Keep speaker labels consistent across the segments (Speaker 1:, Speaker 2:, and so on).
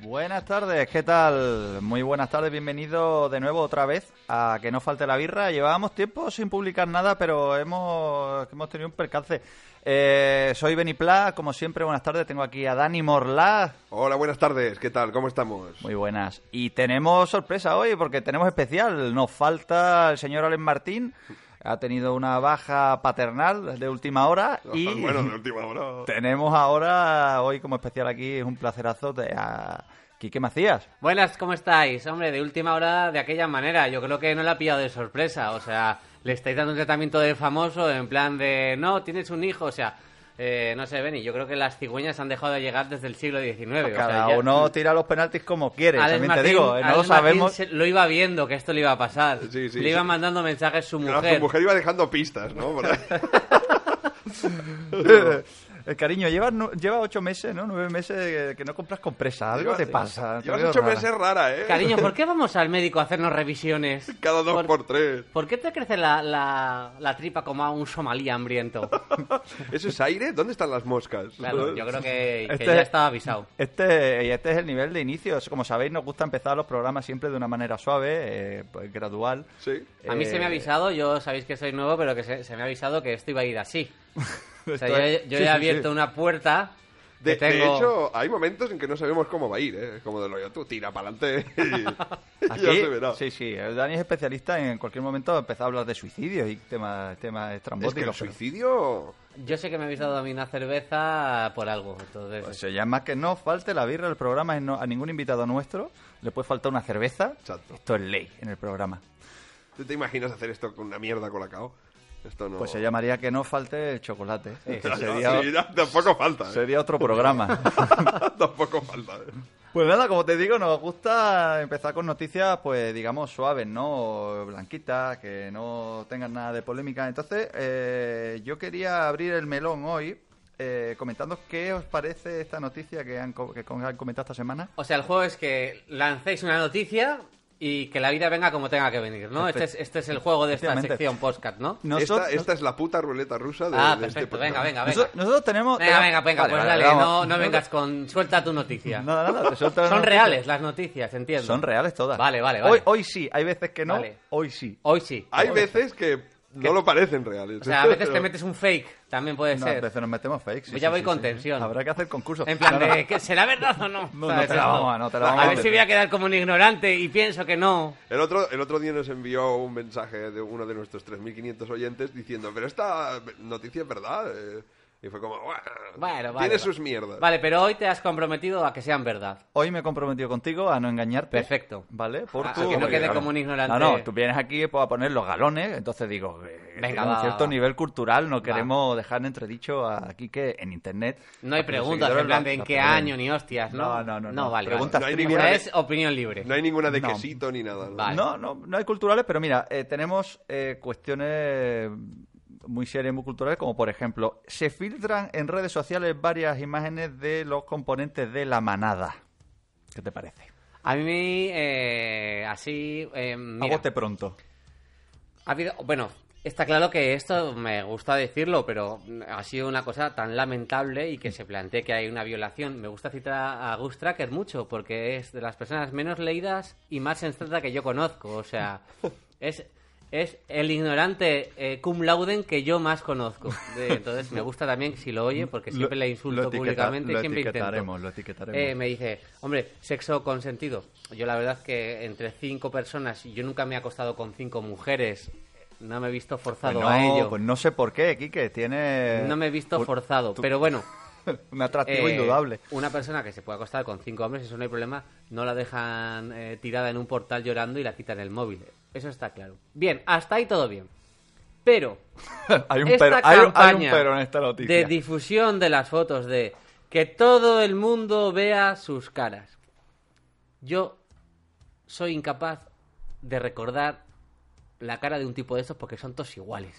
Speaker 1: Buenas tardes, ¿qué tal? Muy buenas tardes, bienvenido de nuevo otra vez a Que no falte la birra. Llevábamos tiempo sin publicar nada, pero hemos, hemos tenido un percance. Eh, soy Benipla, como siempre, buenas tardes. Tengo aquí a Dani Morlá.
Speaker 2: Hola, buenas tardes. ¿Qué tal? ¿Cómo estamos?
Speaker 1: Muy buenas. Y tenemos sorpresa hoy porque tenemos especial. Nos falta el señor Alex Martín. Ha tenido una baja paternal de última hora y
Speaker 2: Bueno, de última hora.
Speaker 1: tenemos ahora hoy como especial aquí es un placerazo de a Quique Macías.
Speaker 3: Buenas, ¿cómo estáis? Hombre, de última hora de aquella manera. Yo creo que no la ha pillado de sorpresa. O sea, le estáis dando un tratamiento de famoso en plan de no, tienes un hijo. O sea, eh, no sé, Benny, yo creo que las cigüeñas han dejado de llegar desde el siglo XIX. o sea,
Speaker 1: Cada
Speaker 3: ya-
Speaker 1: uno tira los penaltis como quiere,
Speaker 3: Alex
Speaker 1: también
Speaker 3: Martín-
Speaker 1: te digo, eh, no
Speaker 3: Alex
Speaker 1: lo
Speaker 3: Martín
Speaker 1: sabemos.
Speaker 3: se- lo iba viendo que esto le iba a pasar.
Speaker 2: Sí, sí,
Speaker 3: le iba
Speaker 2: sí.
Speaker 3: mandando mensajes su
Speaker 2: Claro,
Speaker 3: mujer.
Speaker 2: Su mujer iba dejando pistas, ¿no? Por ahí.
Speaker 1: Eh, cariño, llevas nu- lleva ocho meses, ¿no? Nueve meses que, que no compras compresa, algo
Speaker 2: Lleva-
Speaker 1: te pasa. te
Speaker 2: Llevas
Speaker 1: veo
Speaker 2: ocho
Speaker 1: rara.
Speaker 2: meses rara, ¿eh?
Speaker 3: Cariño, ¿por qué vamos al médico a hacernos revisiones?
Speaker 2: Cada dos por, tres.
Speaker 3: ¿Por qué te crece la, la- la tripa como a un somalí hambriento?
Speaker 2: ¿Eso es aire? ¿Dónde están las moscas?
Speaker 3: Claro, yo creo que, que
Speaker 1: Este-
Speaker 3: ya estaba avisado.
Speaker 1: Este, y este es el nivel de inicio. Es- Como sabéis, nos gusta empezar los programas siempre de una manera suave, eh, pues, gradual.
Speaker 2: Sí.
Speaker 3: A mí se me ha
Speaker 1: Eh,
Speaker 3: avisado, yo sabéis que soy nuevo, pero que se, se me ha avisado que esto iba a ir así. O
Speaker 1: esto
Speaker 3: sea, yo,
Speaker 1: es-
Speaker 3: yo
Speaker 1: sí,
Speaker 3: he
Speaker 1: sí,
Speaker 3: abierto
Speaker 1: sí.
Speaker 3: una puerta
Speaker 2: De,
Speaker 3: que tengo...
Speaker 2: de hecho, hay momentos en que no sabemos cómo va a ir, ¿eh? Como de lo yo, tú tira para adelante y, y ya
Speaker 1: Aquí-
Speaker 2: se verá.
Speaker 1: sí, sí, el Dani es especialista en cualquier momento empezar a hablar de suicidios y temas, temas
Speaker 2: Es que el
Speaker 1: estrambóticos. pero-
Speaker 2: suicidio...
Speaker 3: yo sé que me ha avisado a mí una cerveza por algo, entonces...
Speaker 1: Pues se llama que no falte la birra del programa. es no- a ningún invitado nuestro le puede faltar una cerveza.
Speaker 2: Exacto.
Speaker 1: Esto es ley en el programa.
Speaker 2: ¿Tú te imaginas hacer esto con una mierda con la cao? Esto no...
Speaker 1: Pues se llamaría que no falte el chocolate. Ese
Speaker 2: No,
Speaker 1: sería,
Speaker 2: sí, no, tampoco falta, ¿eh?
Speaker 1: sería otro programa.
Speaker 2: tampoco falta, ¿eh?
Speaker 1: Pues nada, como te digo, nos gusta empezar con noticias, pues digamos, suaves, ¿no? Blanquitas, que no tengan nada de polémica. Entonces, eh, yo quería abrir el melón hoy eh, comentando qué os parece esta noticia que han, co- que con- han comentado esta semana.
Speaker 3: O sea, el juego es que lancéis una noticia y que la vida venga como tenga que venir, ¿no? Este es, este es el juego de esta
Speaker 1: Efectivamente.
Speaker 3: sección podcast, ¿no?
Speaker 1: Nosotros-
Speaker 2: Esta, esta es la puta ruleta rusa de,
Speaker 3: Ah,
Speaker 2: de este
Speaker 3: perfecto,
Speaker 2: programa.
Speaker 3: venga, venga, venga.
Speaker 1: Nosotros, nosotros tenemos...
Speaker 3: Venga, venga, venga,
Speaker 1: Vale,
Speaker 3: pues
Speaker 1: vale,
Speaker 3: dale,
Speaker 1: vamos.
Speaker 3: no, no vengas con... Suelta tu noticia.
Speaker 1: Nada, nada, te suelto la
Speaker 3: Son
Speaker 1: noticia.
Speaker 3: reales las noticias, entiendo.
Speaker 1: Son reales todas.
Speaker 3: Vale, vale, vale.
Speaker 1: Hoy, hoy sí, hay veces que no,
Speaker 3: Vale.
Speaker 1: hoy sí.
Speaker 3: Hoy sí.
Speaker 2: Hay veces que no lo parecen reales.
Speaker 3: O sea, a veces te metes un fake, también puede
Speaker 1: No,
Speaker 3: ser.
Speaker 1: a veces nos metemos fakes. sí,
Speaker 3: Pues ya
Speaker 1: sí,
Speaker 3: voy
Speaker 1: sí,
Speaker 3: con
Speaker 1: sí.
Speaker 3: tensión.
Speaker 1: Habrá que hacer concursos.
Speaker 3: En plan
Speaker 1: No, no.
Speaker 3: de, ¿qué- ¿será verdad o no?
Speaker 1: No, no
Speaker 3: ¿Sabes
Speaker 1: te la
Speaker 3: esto?
Speaker 1: vamos a- no te la vamos
Speaker 3: a
Speaker 1: a
Speaker 3: ver si
Speaker 1: meter.
Speaker 3: voy a quedar como un ignorante y pienso que no.
Speaker 2: El otro, el otro día nos envió un mensaje de uno de nuestros 3.500 oyentes diciendo, pero esta noticia es verdad. eh". Y fue como, "Buah,
Speaker 3: Bueno, vale.
Speaker 2: tiene
Speaker 3: vale.
Speaker 2: sus mierdas.
Speaker 3: Vale, pero hoy te has comprometido a que sean verdad.
Speaker 1: Hoy me he comprometido contigo a no engañarte.
Speaker 3: Perfecto.
Speaker 1: ¿Vale? Por
Speaker 3: Ah,
Speaker 1: tu-
Speaker 3: que no quede
Speaker 1: Claro.
Speaker 3: como un ignorante.
Speaker 1: No, no, tú vienes aquí pues, a poner los galones, entonces digo, eh,
Speaker 3: Venga,
Speaker 1: tiene
Speaker 3: va,
Speaker 1: un
Speaker 3: va,
Speaker 1: cierto
Speaker 3: va.
Speaker 1: nivel cultural, no queremos dejar en entredicho a Quique en internet.
Speaker 3: No hay
Speaker 1: Porque los
Speaker 3: preguntas
Speaker 1: Ah, seguidores
Speaker 3: en plan
Speaker 1: lo-
Speaker 3: de en
Speaker 1: lo
Speaker 3: qué
Speaker 1: preguntan.
Speaker 3: año ni hostias, ¿no?
Speaker 1: No, no, no, no.
Speaker 3: No, vale.
Speaker 1: Preguntas
Speaker 3: vale.
Speaker 2: No hay
Speaker 3: O
Speaker 2: ninguna-
Speaker 3: sea, es opinión libre.
Speaker 2: No hay ninguna de
Speaker 1: No.
Speaker 2: quesito ni nada. ¿no?
Speaker 3: Vale.
Speaker 1: No, no, no hay culturales, pero mira, eh, tenemos eh, cuestiones muy serias, muy culturales, como por ejemplo, se filtran en redes sociales varias imágenes de los componentes de la manada. ¿Qué te parece?
Speaker 3: A mí, eh, así... eh,
Speaker 1: A
Speaker 3: mira,
Speaker 1: bote pronto.
Speaker 3: ha habido- Bueno, está claro que esto me gusta decirlo, pero ha sido una cosa tan lamentable y que se plantee que hay una violación. Me gusta citar a Gus Tracker mucho porque es de las personas menos leídas y más sensata que yo conozco. O sea, es, es el ignorante eh, cum lauden que yo más conozco. De- entonces me gusta también si lo oye porque siempre
Speaker 1: Lo-
Speaker 3: le
Speaker 1: lo
Speaker 3: insulto
Speaker 1: etiqueta-
Speaker 3: públicamente y
Speaker 1: lo
Speaker 3: siempre
Speaker 1: etiquetaremos,
Speaker 3: intento.
Speaker 1: lo etiquetaremos.
Speaker 3: Eh, me dice, hombre, sexo consentido. Yo la verdad que entre cinco personas, yo nunca me he acostado con cinco mujeres. No me he visto
Speaker 1: Pues
Speaker 3: forzado
Speaker 1: no,
Speaker 3: a ello.
Speaker 1: pues no eh, sé por qué, Quique, tiene...
Speaker 3: no me he visto
Speaker 1: un-
Speaker 3: forzado.
Speaker 1: tú-
Speaker 3: Pero bueno,
Speaker 1: Un atractivo
Speaker 3: eh,
Speaker 1: indudable.
Speaker 3: una persona que se puede acostar con cinco hombres, eso no hay problema. No la dejan eh, tirada en un portal llorando y la quitan el móvil. Eso está claro. Bien, hasta ahí todo bien. Pero
Speaker 1: hay, un
Speaker 3: esta
Speaker 1: pero, hay, un- hay un
Speaker 3: campaña
Speaker 1: pero en esta noticia.
Speaker 3: de difusión de las fotos de que todo el mundo vea sus caras. Yo soy incapaz de recordar la cara de un tipo de estos porque son todos iguales.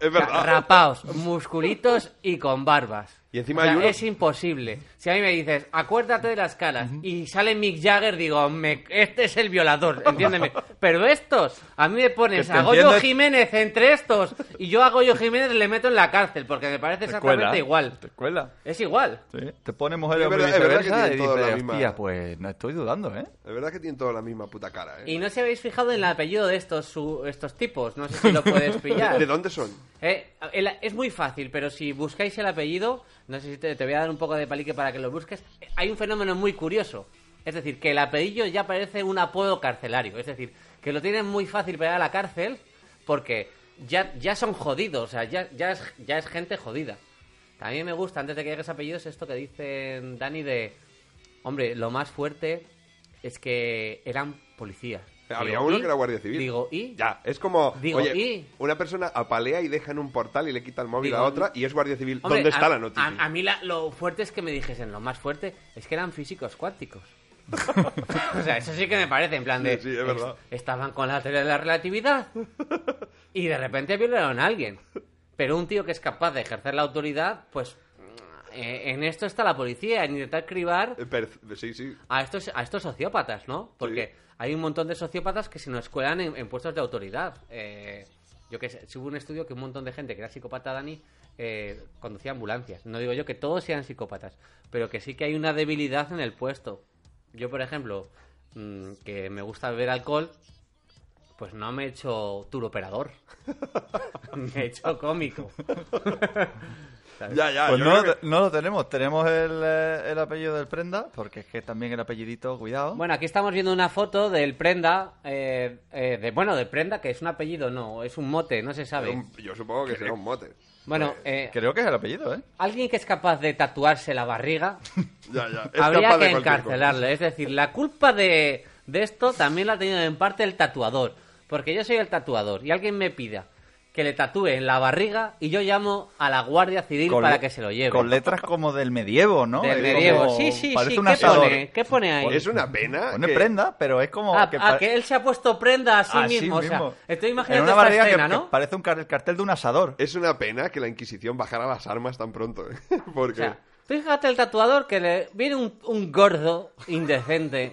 Speaker 2: es verdad.
Speaker 3: Rapaos, musculitos y con barbas.
Speaker 2: ah, Y encima
Speaker 3: O sea,
Speaker 2: hay uno...
Speaker 3: Es imposible. Si a mí me dices, acuérdate de las caras, y sale Mick Jagger, digo, me- este es el violador, entiéndeme. Pero estos, a mí me pones
Speaker 1: Que te
Speaker 3: a Goyo
Speaker 1: entiendas-
Speaker 3: Jiménez entre estos, y yo a Goyo Jiménez le meto en la cárcel, porque me parece exactamente igual.
Speaker 1: Te cuela.
Speaker 3: Es igual.
Speaker 1: Sí, Te pone mujer
Speaker 2: Es
Speaker 1: y hombre
Speaker 2: verdad- es verdad que
Speaker 1: viceversa y
Speaker 2: tienen todos
Speaker 1: dices,
Speaker 2: la misma-
Speaker 1: hostia, pues no estoy dudando, ¿eh?
Speaker 2: Es verdad que tienen toda la misma puta cara, ¿eh?
Speaker 3: Y no se habéis fijado en el apellido de estos, su- estos tipos, no sé si lo puedes pillar.
Speaker 2: ¿De dónde son?
Speaker 3: Eh, el- es muy fácil, pero si buscáis el apellido, no sé si te, te voy a dar un poco de palique para que lo busques, eh, hay un fenómeno muy curioso. Es decir, que el apellido ya parece un apodo carcelario. Es decir, que lo tienen muy fácil para ir a la cárcel porque ya, ya son jodidos, o sea, ya, ya, es, ya es gente jodida. También me gusta, antes de que llegues a apellidos, esto que dicen Dani de... Hombre, lo más fuerte es que eran policías.
Speaker 2: Había
Speaker 3: Digo,
Speaker 2: uno
Speaker 3: ¿y?
Speaker 2: que era guardia civil.
Speaker 3: Digo, ¿y?
Speaker 2: Ya, es como.
Speaker 3: Digo,
Speaker 2: oye,
Speaker 3: ¿y?
Speaker 2: una persona apalea y deja en un portal y le quita el móvil
Speaker 3: Digo,
Speaker 2: a otra y es guardia civil.
Speaker 3: Hombre,
Speaker 2: ¿Dónde
Speaker 3: a-
Speaker 2: está la noticia?
Speaker 3: A, a mí la- lo fuerte es que me dijesen, lo más fuerte es que eran físicos cuánticos. o sea, eso sí que me parece, en plan de...
Speaker 2: Sí, sí, es verdad.
Speaker 3: "Est- Estaban con la teoría de la relatividad y de repente violaron a alguien. Pero un tío que es capaz de ejercer la autoridad, pues... eh, en esto está la policía, en intentar cribar
Speaker 2: Eh, per- Sí, sí.
Speaker 3: a estos, a estos sociópatas, ¿no? Porque
Speaker 2: Sí.
Speaker 3: hay un montón de sociópatas que se nos cuelan en, en puestos de autoridad. Eh, yo que sé, si hubo un estudio que un montón de gente que era psicópata, Dani, eh, conducía ambulancias. No digo yo que todos sean psicópatas, pero que sí que hay una debilidad en el puesto. Yo, por ejemplo, mm, que me gusta beber alcohol, pues no me he hecho tour operador. me he hecho cómico. ¿Sabes?
Speaker 2: Ya, ya.
Speaker 1: Pues
Speaker 2: yo
Speaker 1: no,
Speaker 2: creo
Speaker 1: lo te-
Speaker 2: que-
Speaker 1: no lo tenemos. Tenemos el, eh, el apellido del prenda, porque es que también el apellidito, cuidado.
Speaker 3: Bueno, aquí estamos viendo una foto del Prenda, eh, eh, de, bueno, de Prenda, que es un apellido, no, es un mote, no se sabe.
Speaker 2: un- Yo supongo que será un mote.
Speaker 3: Bueno, eh,
Speaker 1: Creo que es el apellido, ¿eh?
Speaker 3: alguien que es capaz de tatuarse la barriga,
Speaker 2: Ya, ya. Es
Speaker 3: habría
Speaker 2: capaz de
Speaker 3: que
Speaker 2: cualquier
Speaker 3: encarcelarlo. Es decir, la culpa de, de esto también la ha tenido en parte el tatuador, porque yo soy el tatuador y alguien me pida que le tatúe en la barriga y yo llamo a la Guardia Civil
Speaker 1: Con
Speaker 3: para
Speaker 1: le-
Speaker 3: que se lo lleve.
Speaker 1: Con letras como del medievo, ¿no?
Speaker 3: Del
Speaker 1: Es
Speaker 3: medievo.
Speaker 1: como-
Speaker 3: Sí, sí,
Speaker 1: parece
Speaker 3: sí.
Speaker 1: un
Speaker 3: ¿Qué
Speaker 1: asador.
Speaker 3: pone? ¿Qué pone ahí?
Speaker 2: cosa. Pues Es una
Speaker 1: Pone
Speaker 2: pena. que-
Speaker 1: Pues prenda, pero es como...
Speaker 3: Ah, ah,
Speaker 1: pa-
Speaker 3: que él se ha puesto prenda a sí
Speaker 1: así
Speaker 3: mismo. O
Speaker 1: mismo.
Speaker 3: sea, estoy
Speaker 1: En
Speaker 3: imaginando
Speaker 1: una
Speaker 3: esta
Speaker 1: barriga que-
Speaker 3: escena,
Speaker 1: que
Speaker 3: ¿no?
Speaker 1: parece un car- el cartel de un asador.
Speaker 2: Es una pena que la Inquisición bajara las armas tan pronto. ¿eh? Porque.
Speaker 3: O sea, tú fíjate el tatuador que le viene un, un gordo indecente